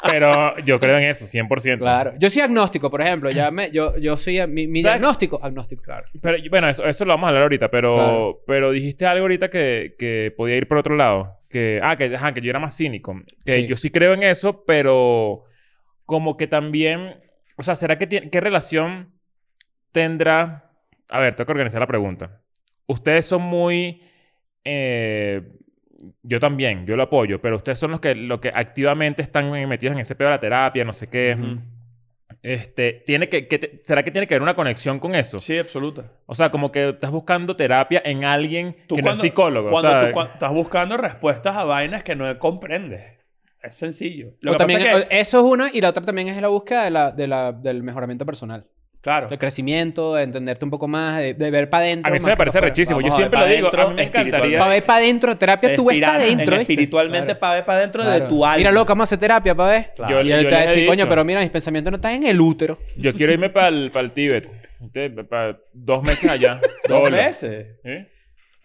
Speaker 2: Pero yo creo en eso, 100%.
Speaker 3: claro. Yo soy agnóstico, por ejemplo. Ya me, yo, yo soy... eh, Mi, mi
Speaker 2: ¿Sabes?
Speaker 3: diagnóstico, agnóstico.
Speaker 4: Claro.
Speaker 2: Pero bueno, eso, eso lo vamos a hablar ahorita, pero,
Speaker 3: Claro.
Speaker 2: pero dijiste algo ahorita que, que podía ir por otro lado. Que, ah, que, ajá, que yo era más cínico. Que
Speaker 3: Sí.
Speaker 2: yo sí creo en eso, pero como que también. O sea, ¿será que tiene, qué relación tendrá? A ver, tengo que organizar la pregunta. Ustedes son muy. eh, yo también, yo lo apoyo, pero ustedes son los que, los que activamente están metidos en ese pedo de la terapia, no sé qué. Este, tiene que, que te- ¿Será que tiene que haber una conexión con eso?
Speaker 4: Sí, absoluta.
Speaker 2: O sea, como que estás buscando terapia en alguien que
Speaker 4: Tú
Speaker 2: no es
Speaker 4: cuando-
Speaker 2: psicólogo.
Speaker 4: Cuando
Speaker 2: o sea,
Speaker 4: tú cua- estás buscando respuestas a vainas que no comprendes. Es sencillo. Lo
Speaker 3: O
Speaker 4: que
Speaker 3: también,
Speaker 4: pasa es que-
Speaker 3: o- Eso es una y la otra también es la búsqueda de la- de la- del mejoramiento personal.
Speaker 4: claro.
Speaker 3: Del crecimiento, de entenderte un poco más, de, de ver para adentro.
Speaker 2: a mí eso me parece rechísimo. Yo
Speaker 4: Vamos a ver,
Speaker 2: siempre
Speaker 4: pa'
Speaker 2: lo digo. A mí me
Speaker 4: dentro,
Speaker 2: encantaría.
Speaker 3: Para ver para adentro, terapia, tú ves para
Speaker 4: Espiral- en
Speaker 3: adentro. ¿viste?
Speaker 4: Espiritualmente,
Speaker 3: Claro.
Speaker 4: para ver para adentro de
Speaker 3: Claro.
Speaker 4: tu alma.
Speaker 3: Mira, loca, vamos a hacer terapia, pa' ver.
Speaker 4: Claro.
Speaker 3: Y él
Speaker 2: yo
Speaker 3: te va a
Speaker 2: les he
Speaker 3: decir, coño,
Speaker 2: dicho,
Speaker 3: pero mira, mis pensamientos no están en el útero.
Speaker 2: Yo quiero irme para el, Tíbet. Entonces, pa- dos meses allá.
Speaker 4: Dos
Speaker 2: solo.
Speaker 4: meses.
Speaker 2: ¿Sí?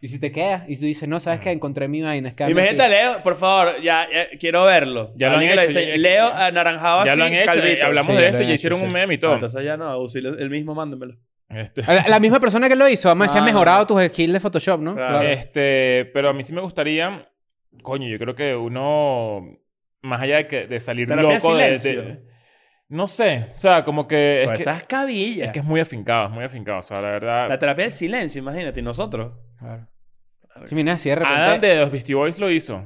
Speaker 3: Y si te quedas y tú dices, no, ¿sabes qué? Encontré mi vaina. Es que
Speaker 4: Imagínate a Leo, por favor, ya, ya, quiero verlo.
Speaker 2: Ya lo han
Speaker 4: Alguien que le
Speaker 2: hecho,
Speaker 4: dice,
Speaker 2: ya-
Speaker 4: Leo anaranjado
Speaker 2: Ya
Speaker 4: así,
Speaker 2: lo han hecho. eh,
Speaker 4: Ah, calvito.
Speaker 2: hablamos
Speaker 3: Sí,
Speaker 2: de
Speaker 3: ya
Speaker 2: esto
Speaker 3: lo
Speaker 2: y
Speaker 3: han
Speaker 2: hiciedo
Speaker 3: hecho,
Speaker 2: un
Speaker 3: sí.
Speaker 2: meme y
Speaker 4: Ah,
Speaker 2: todo.
Speaker 4: entonces ya no, Usil, el mismo mándamelo.
Speaker 2: Este,
Speaker 3: La, la misma persona que lo hizo, además, se
Speaker 4: Ah,
Speaker 3: ha
Speaker 4: no,
Speaker 3: mejorado tus skills de Photoshop, ¿no?
Speaker 4: Claro.
Speaker 2: este, pero a mí sí me gustaría. Coño, yo creo que uno. Más allá de, que, de salir
Speaker 4: Terapia
Speaker 2: loco de,
Speaker 4: silencio. Pues
Speaker 2: de- No sé. O sea, como que.
Speaker 4: Pero
Speaker 2: Es que,
Speaker 4: esas cabillas.
Speaker 2: es que es muy afincado, es muy afincado. O sea, la verdad.
Speaker 4: La terapia del silencio, imagínate, y nosotros.
Speaker 3: Sí, mira, así de repente...
Speaker 2: Adam de los Beastie Boys lo hizo.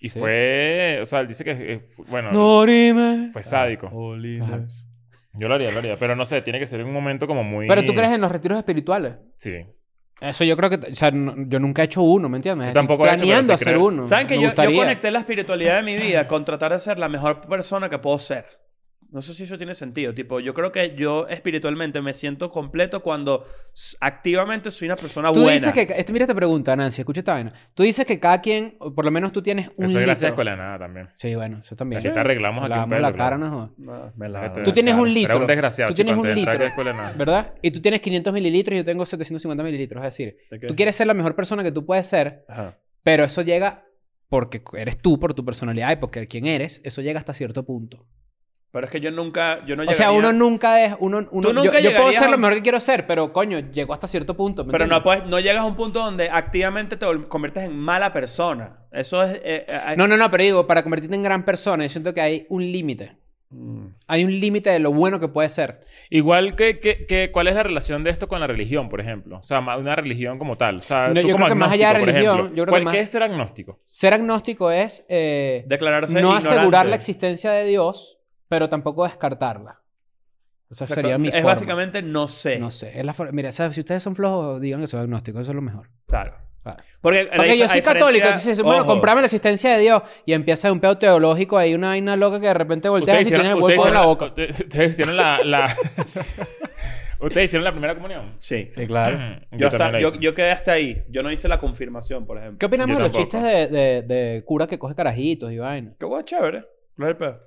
Speaker 2: Y
Speaker 3: Sí.
Speaker 2: fue. O sea, él dice que. eh, fu- bueno,
Speaker 3: No, Ah, dime.
Speaker 2: fue sádico. Pues,
Speaker 3: Claro.
Speaker 2: Yo lo haría, lo haría. Pero no sé, tiene que ser un momento como muy.
Speaker 3: Pero tú crees en los retiros espirituales.
Speaker 2: Sí.
Speaker 3: Eso yo creo que... O sea, no- yo nunca he hecho uno, ¿me entiendes?
Speaker 2: Yo
Speaker 3: Estoy
Speaker 2: tampoco he hecho, pero
Speaker 3: planeando
Speaker 2: sí
Speaker 3: hacer
Speaker 2: crees.
Speaker 3: uno.
Speaker 4: ¿Saben que
Speaker 3: Me
Speaker 4: yo, yo
Speaker 3: gustaría.
Speaker 4: conecté la espiritualidad de mi vida con tratar de ser la mejor persona que puedo ser? No sé si eso tiene sentido. Tipo, yo creo que yo espiritualmente me siento completo cuando s- activamente soy una persona
Speaker 3: Tú
Speaker 4: buena.
Speaker 3: dices que... Este, mira esta pregunta, Nancy. Escucha esta vaina. Tú dices que cada quien... o Por lo menos tú tienes un
Speaker 2: Eso es gracias a
Speaker 3: litro.
Speaker 2: Escuela también.
Speaker 3: Sí, bueno. Eso también.
Speaker 2: Aquí te arreglamos
Speaker 3: Te
Speaker 2: aquí un
Speaker 3: lavamos
Speaker 2: pelo,
Speaker 3: la cara,
Speaker 2: claro.
Speaker 3: no jodas.
Speaker 4: No, Ah, me
Speaker 2: Este-
Speaker 4: la...
Speaker 3: Tú tienes un
Speaker 2: claro,
Speaker 3: litro.
Speaker 2: Era un desgraciado,
Speaker 3: Tú tienes
Speaker 2: chico,
Speaker 3: un
Speaker 2: antes de entrar aquí
Speaker 3: litro.
Speaker 2: a Escuela Nada.
Speaker 3: ¿Verdad? Y tú tienes 500 mililitros y yo tengo 750 mililitros. Es decir,
Speaker 4: ¿De qué?
Speaker 3: tú quieres ser la mejor persona que tú puedes ser,
Speaker 4: Ajá.
Speaker 3: pero eso llega porque eres tú, por tu personalidad y porque quién eres. Eso llega hasta cierto punto.
Speaker 4: Pero es que yo nunca... Yo no
Speaker 3: O sea,
Speaker 4: llegaría-
Speaker 3: uno nunca es... Uno, uno-
Speaker 4: Tú
Speaker 3: yo-
Speaker 4: nunca
Speaker 3: yo, puedo
Speaker 4: llegarías
Speaker 3: ser
Speaker 4: a
Speaker 3: lo
Speaker 4: un-
Speaker 3: mejor que quiero ser, pero coño, llegó hasta cierto punto. ¿me
Speaker 4: Pero no,
Speaker 3: entiendes?
Speaker 4: puedes, no llegas a un punto donde activamente te vol- conviertes en mala persona. Eso es... eh, eh,
Speaker 3: No, no, no, pero digo, para convertirte en gran persona, yo siento que hay un límite.
Speaker 4: Mm.
Speaker 3: Hay un límite de lo bueno que puede ser.
Speaker 2: Igual que, que, que- ¿cuál es la relación de esto con la religión, por ejemplo? O sea, ma- una religión como tal. O sea,
Speaker 3: No,
Speaker 2: tú
Speaker 3: yo creo
Speaker 2: como
Speaker 3: que más allá de
Speaker 2: agnóstico, por
Speaker 3: religión,
Speaker 2: ejemplo,
Speaker 3: yo creo que
Speaker 2: ¿cuál-
Speaker 3: más-
Speaker 2: ¿Qué es ser agnóstico?
Speaker 3: Ser agnóstico es eh,
Speaker 4: Declararse
Speaker 3: no
Speaker 4: ignorante.
Speaker 3: asegurar la existencia de Dios, pero tampoco descartarla. O sea,
Speaker 4: Exacto.
Speaker 3: sería mi
Speaker 4: Es
Speaker 3: forma.
Speaker 4: básicamente no sé.
Speaker 3: No sé. Es la forma. Mira, ¿sabes? si ustedes son flojos, digan que soy agnóstico. Eso es lo mejor.
Speaker 4: Claro.
Speaker 3: Claro.
Speaker 4: Porque, la
Speaker 3: Porque
Speaker 4: dif-
Speaker 3: yo
Speaker 4: a
Speaker 3: soy
Speaker 4: diferencia-
Speaker 3: católico. Entonces, bueno,
Speaker 4: Ojo.
Speaker 3: comprame la existencia de Dios. Y empieza un pedo teológico. Hay una vaina loca que de repente volteas y tienes el
Speaker 2: ustedes
Speaker 3: hueco en la
Speaker 2: hicieron-
Speaker 3: boca.
Speaker 2: Ustedes, ustedes hicieron la... la- ustedes hicieron la primera comunión. Mm,
Speaker 4: Sí.
Speaker 3: Sí, claro.
Speaker 2: Yo
Speaker 4: Yo, hasta-
Speaker 2: también la
Speaker 4: yo-
Speaker 2: hice.
Speaker 4: yo quedé hasta ahí. Yo no hice la confirmación, por ejemplo.
Speaker 3: ¿Qué opinamos
Speaker 2: Yo
Speaker 3: de los
Speaker 2: tampoco.
Speaker 3: chistes de, de- de cura que coge carajitos y vaina?
Speaker 4: Qué guay, chévere. ¿Cuál es el pedo?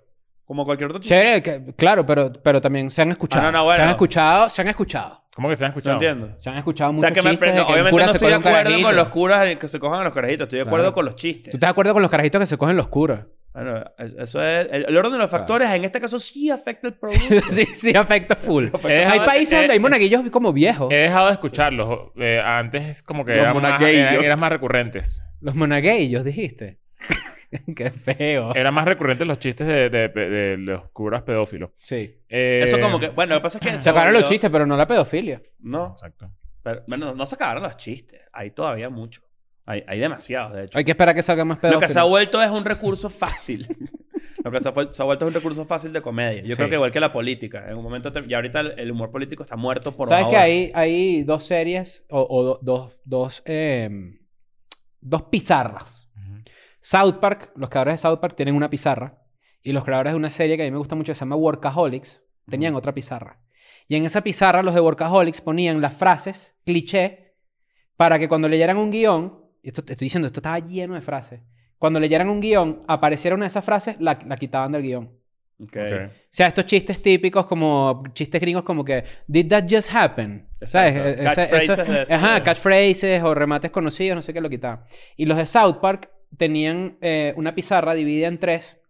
Speaker 4: Como cualquier otro chiste.
Speaker 3: Chévere, que- claro, pero, pero también se han escuchado.
Speaker 4: Ah, no, no, bueno.
Speaker 3: Se han escuchado, se han escuchado.
Speaker 2: ¿Cómo que se han
Speaker 4: No
Speaker 2: escuchado?
Speaker 4: entiendo.
Speaker 3: Se han escuchado
Speaker 4: O
Speaker 3: muchos
Speaker 4: sea, que me-
Speaker 3: chistes
Speaker 4: no,
Speaker 3: de que el
Speaker 4: obviamente
Speaker 3: cura
Speaker 4: no
Speaker 3: se
Speaker 4: estoy
Speaker 3: coge
Speaker 4: de
Speaker 3: un
Speaker 4: acuerdo
Speaker 3: carajito.
Speaker 4: con los curas en que se cojan a los carajitos. Estoy de
Speaker 3: Claro.
Speaker 4: acuerdo con los chistes.
Speaker 3: ¿Tú estás de acuerdo con los carajitos que se cogen los curas?
Speaker 4: Bueno, es- eso es... El, el orden de los factores en este caso sí afecta el producto.
Speaker 3: sí, sí, afecta full.
Speaker 2: dejado-
Speaker 3: hay países
Speaker 2: eh,
Speaker 3: donde hay monaguillos como viejos.
Speaker 2: He dejado de escucharlos. Eh, antes como que
Speaker 4: Los
Speaker 2: eran más,
Speaker 4: monaguillos.
Speaker 2: eran- eran más recurrentes.
Speaker 3: Los monaguillos, dijiste. Qué feo.
Speaker 2: Eran más recurrentes los chistes de, de- de- de los curas pedófilos.
Speaker 3: Sí.
Speaker 2: Eh,
Speaker 4: Eso como que... Bueno, lo que pasa es que...
Speaker 3: Se acabaron
Speaker 4: volvió-
Speaker 3: los chistes, pero no la pedofilia.
Speaker 4: No.
Speaker 2: Exacto.
Speaker 4: Pero, bueno, no se acabaron los chistes. Hay todavía mucho. Hay, hay demasiados, de hecho.
Speaker 3: Hay que esperar que salgan más
Speaker 4: Lo que se ha
Speaker 3: pedófilos.
Speaker 4: vuelto es un recurso fácil. Lo que se ha, vuel- se ha vuelto es un recurso fácil de comedia. Yo
Speaker 3: Sí.
Speaker 4: creo que igual que la política. En un momento... te- Y ahorita el, el humor político está muerto por
Speaker 3: ¿Sabes que
Speaker 4: ahora.
Speaker 3: hay, hay dos series o, o do- dos, dos, em, dos pizarras? South Park, los creadores de South Park tienen una pizarra. Y los creadores de una serie que a mí me gusta mucho que se llama Workaholics, tenían otra pizarra. Y en esa pizarra los de Workaholics ponían las frases, cliché, para que cuando leyeran un guión, y esto te estoy diciendo, esto estaba lleno de frases, cuando leyeran un guión, apareciera una de esas frases, la, la quitaban del guión.
Speaker 4: Ok.
Speaker 2: Ok.
Speaker 3: O sea, estos chistes típicos como chistes gringos como que did that just happen? ¿Sabes?
Speaker 4: Exacto.
Speaker 3: Eh, ese-
Speaker 4: Catchphrases
Speaker 3: eso-
Speaker 4: de ese
Speaker 3: ajá,
Speaker 4: tipo.
Speaker 3: catchphrases o remates conocidos, no sé qué lo quitaban. Y los de South Park tenían eh, una pizarra dividida en tres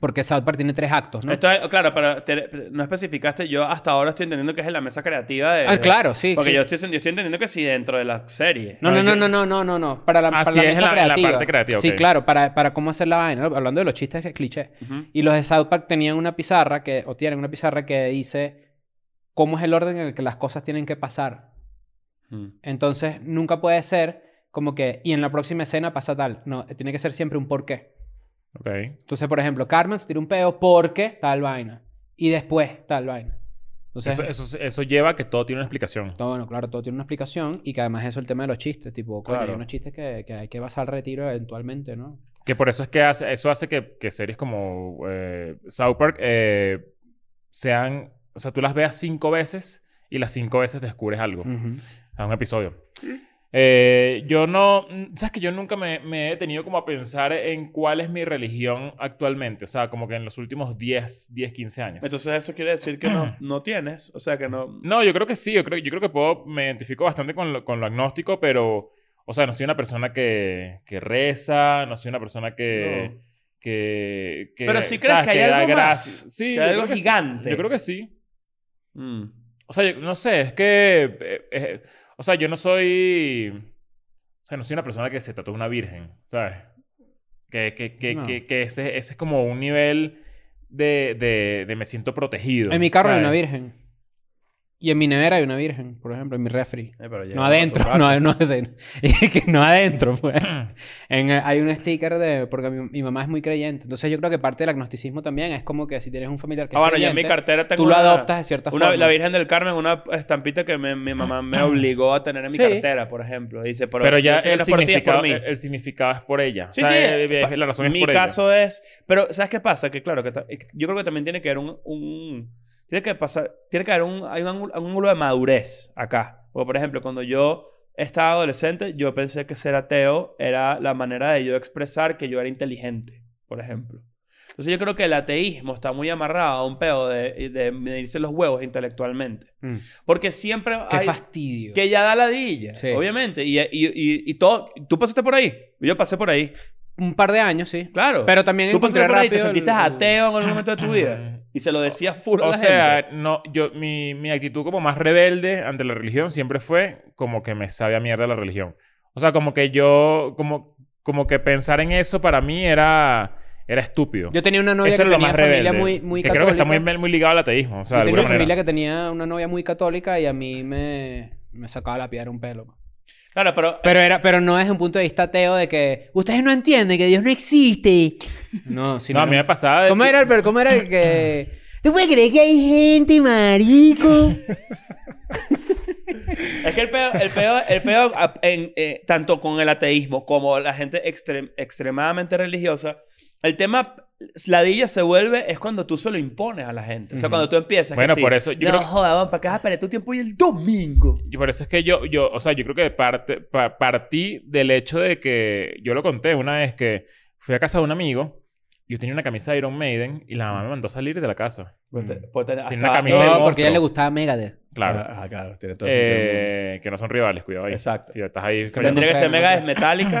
Speaker 3: porque South Park tiene tres actos, ¿no?
Speaker 4: Esto es- claro, pero te- no especificaste. Yo hasta ahora estoy entendiendo que es en la mesa creativa de...
Speaker 3: ah, claro, sí.
Speaker 4: Porque
Speaker 3: sí.
Speaker 4: yo, estoy, yo estoy entendiendo que sí dentro de la serie.
Speaker 3: No, no,
Speaker 2: No,
Speaker 3: no,
Speaker 2: yo-
Speaker 3: no, no, no, no, no. Para la,
Speaker 2: Ah,
Speaker 3: para
Speaker 2: sí,
Speaker 3: la
Speaker 2: es en
Speaker 3: mesa
Speaker 2: la- en la
Speaker 3: creativa.
Speaker 2: parte creativa,
Speaker 3: Sí,
Speaker 2: ok.
Speaker 3: claro, para, para cómo hacer la vaina. ¿no? Hablando de los chistes que cliché.
Speaker 4: Ujú.
Speaker 3: Y los de South Park tenían una pizarra que, o tienen una pizarra que dice cómo es el orden en el que las cosas tienen que pasar.
Speaker 4: Ujú.
Speaker 3: Entonces, nunca puede ser como que, y en la próxima escena pasa tal. No, tiene que ser siempre un porqué.
Speaker 2: Ok.
Speaker 3: Entonces, por ejemplo, Carmen se tira un peo porque tal vaina. Y después tal vaina. Entonces,
Speaker 2: Eso, eso, eso lleva a que todo tiene una explicación.
Speaker 3: todo, bueno, claro, todo tiene una explicación y que además eso es el tema de los chistes. Tipo, coño,
Speaker 2: Claro.
Speaker 3: hay unos chistes que, que hay que basar retiro eventualmente, ¿no?
Speaker 2: Que por eso es que hace, eso hace que, que series como eh, South Park eh, sean... O sea, tú las veas cinco veces y las cinco veces descubres algo.
Speaker 3: Ujú.
Speaker 2: a un episodio. Eh, yo no, mm, sabes que yo nunca me, me he detenido como a pensar en cuál es mi religión actualmente, o sea, como que en los últimos 10, 10, 15 años.
Speaker 4: Entonces eso quiere decir que no, no tienes. O sea, que no...
Speaker 2: No, yo creo que sí, yo creo, yo creo que puedo, me identifico bastante con lo, con lo agnóstico, pero, o sea, no soy una persona que, que reza, no soy una persona que...
Speaker 3: Eh.
Speaker 4: No.
Speaker 2: que, que,
Speaker 4: Pero sí
Speaker 2: ¿sabes?
Speaker 4: crees que hay
Speaker 2: da
Speaker 4: algo más,
Speaker 2: gracia. Sí,
Speaker 4: que hay
Speaker 2: yo creo
Speaker 4: algo
Speaker 2: sí.
Speaker 4: gigante.
Speaker 2: Yo creo que sí.
Speaker 4: Mm.
Speaker 2: O sea, yo- no sé, es que. eh, eh, o sea, yo no soy. O sea, no soy una persona que se tatúa una virgen, ¿sabes? Que, que, que,
Speaker 3: No.
Speaker 2: que, que ese, ese es como un nivel de, de, de me siento protegido.
Speaker 3: En mi carro hay
Speaker 2: ¿sabes?
Speaker 3: una virgen. Y en mi nevera hay una virgen, por ejemplo, en mi refri.
Speaker 4: Eh, pero
Speaker 3: No
Speaker 4: llévalo a su
Speaker 3: adentro,
Speaker 4: casa.
Speaker 3: no, no, ese- que no adentro, pues. En, eh, hay un sticker de... Porque mi, mi mamá es muy creyente. Entonces yo creo que parte del agnosticismo también es como que si tienes un familiar que
Speaker 4: Ah,
Speaker 3: es
Speaker 4: bueno, yo en mi
Speaker 3: creyente,
Speaker 4: cartera tengo
Speaker 3: tú lo
Speaker 4: una-
Speaker 3: adoptas de cierta
Speaker 4: Una,
Speaker 3: forma.
Speaker 4: la Virgen del Carmen, una estampita que me- mi mamá me obligó a tener en mi
Speaker 3: Sí.
Speaker 4: cartera, por ejemplo. Dice, pero,
Speaker 2: Pero, ya
Speaker 4: yo sé que
Speaker 2: el
Speaker 4: no es por ti, es
Speaker 2: significado,
Speaker 4: por mí.
Speaker 3: eh,
Speaker 2: el- el significado es por ella.
Speaker 4: Sí,
Speaker 2: o sea,
Speaker 4: sí,
Speaker 2: eh, eh,
Speaker 4: pa-
Speaker 2: la razón es
Speaker 4: mi
Speaker 2: por ella.
Speaker 4: caso es... Pero, ¿sabes qué pasa? Que claro, que ta- eh, yo creo que también tiene que haber un... un- tiene que pasar... Tiene que haber un, hay un, ángulo, un ángulo de madurez acá. Porque, por ejemplo, cuando yo estaba adolescente, yo pensé que ser ateo era la manera de yo expresar que yo era inteligente, por ejemplo. Entonces yo creo que el ateísmo está muy amarrado a un pedo de, de medirse los huevos intelectualmente.
Speaker 3: Mm.
Speaker 4: Porque siempre
Speaker 3: Qué
Speaker 4: hay...
Speaker 3: fastidio.
Speaker 4: Que ya da ladilla,
Speaker 3: Sí.
Speaker 4: obviamente. Y, y, y, y todo... Tú pasaste por ahí. Yo pasé por ahí.
Speaker 3: Un par de años, sí.
Speaker 4: Claro.
Speaker 3: Pero también
Speaker 4: Tú
Speaker 3: encontré
Speaker 4: pasaste por ahí, te
Speaker 3: rápido el-
Speaker 4: sentiste ateo en algún momento de tu vida. Y se lo decías full a
Speaker 2: O
Speaker 4: la
Speaker 2: sea,
Speaker 4: gente.
Speaker 2: no, yo, mi, mi actitud como más rebelde ante la religión siempre fue como que me sabe a mierda la religión. O sea, como que yo, como, como que pensar en eso para mí era, era estúpido.
Speaker 3: Yo tenía una novia
Speaker 2: eso
Speaker 3: que
Speaker 2: era lo
Speaker 3: tenía
Speaker 2: más
Speaker 3: familia
Speaker 2: rebelde.
Speaker 3: muy, muy
Speaker 2: que
Speaker 3: católica.
Speaker 2: creo que está muy, muy ligado al ateísmo. O sea, de
Speaker 3: Yo tenía una
Speaker 2: alguna
Speaker 3: familia
Speaker 2: manera.
Speaker 3: que tenía una novia muy católica y a mí me, me sacaba la piedra un pelo. pues.
Speaker 4: Claro, pero...
Speaker 3: Pero, era, pero no desde un punto de vista ateo de que ustedes no entienden que Dios no existe. No, sino.
Speaker 2: no, a mí me pasaba de...
Speaker 3: ¿Cómo era el, pero cómo era el que.? ¿Tú puedes creer que hay gente, marico?
Speaker 4: Es que el peor, el peor, el peor a- en, eh, tanto con el ateísmo como la gente extre- extremadamente religiosa, el tema ladilla se vuelve es cuando tú se lo impones a la gente. O sea,
Speaker 3: Ujú.
Speaker 4: cuando tú empiezas
Speaker 2: Bueno,
Speaker 4: que sí,
Speaker 2: por eso yo
Speaker 4: no,
Speaker 2: creo que-
Speaker 4: joda, vamos, ¿para qué vas a perder tu tiempo y el domingo?
Speaker 2: Y por eso es que yo, yo, o sea, yo creo que parte, pa- partí del hecho de que yo lo conté una vez que fui a casa de un amigo, yo tenía una camisa de Iron Maiden y la mamá me mandó a salir de la casa.
Speaker 4: Porque Pues te- porque te-
Speaker 2: Tiene una
Speaker 4: hasta-
Speaker 2: camisa
Speaker 3: No,
Speaker 2: monstruo.
Speaker 3: porque a ella le gustaba Megadeth.
Speaker 2: Claro.
Speaker 4: Ah, claro, tiene todo el sentido.
Speaker 2: Eh, que no son rivales, cuidado ahí.
Speaker 4: Exacto.
Speaker 2: Si estás ahí,
Speaker 3: Pero
Speaker 2: frente-
Speaker 4: Tendría que ser
Speaker 3: no
Speaker 4: mega
Speaker 3: tiene.
Speaker 4: desmetálica.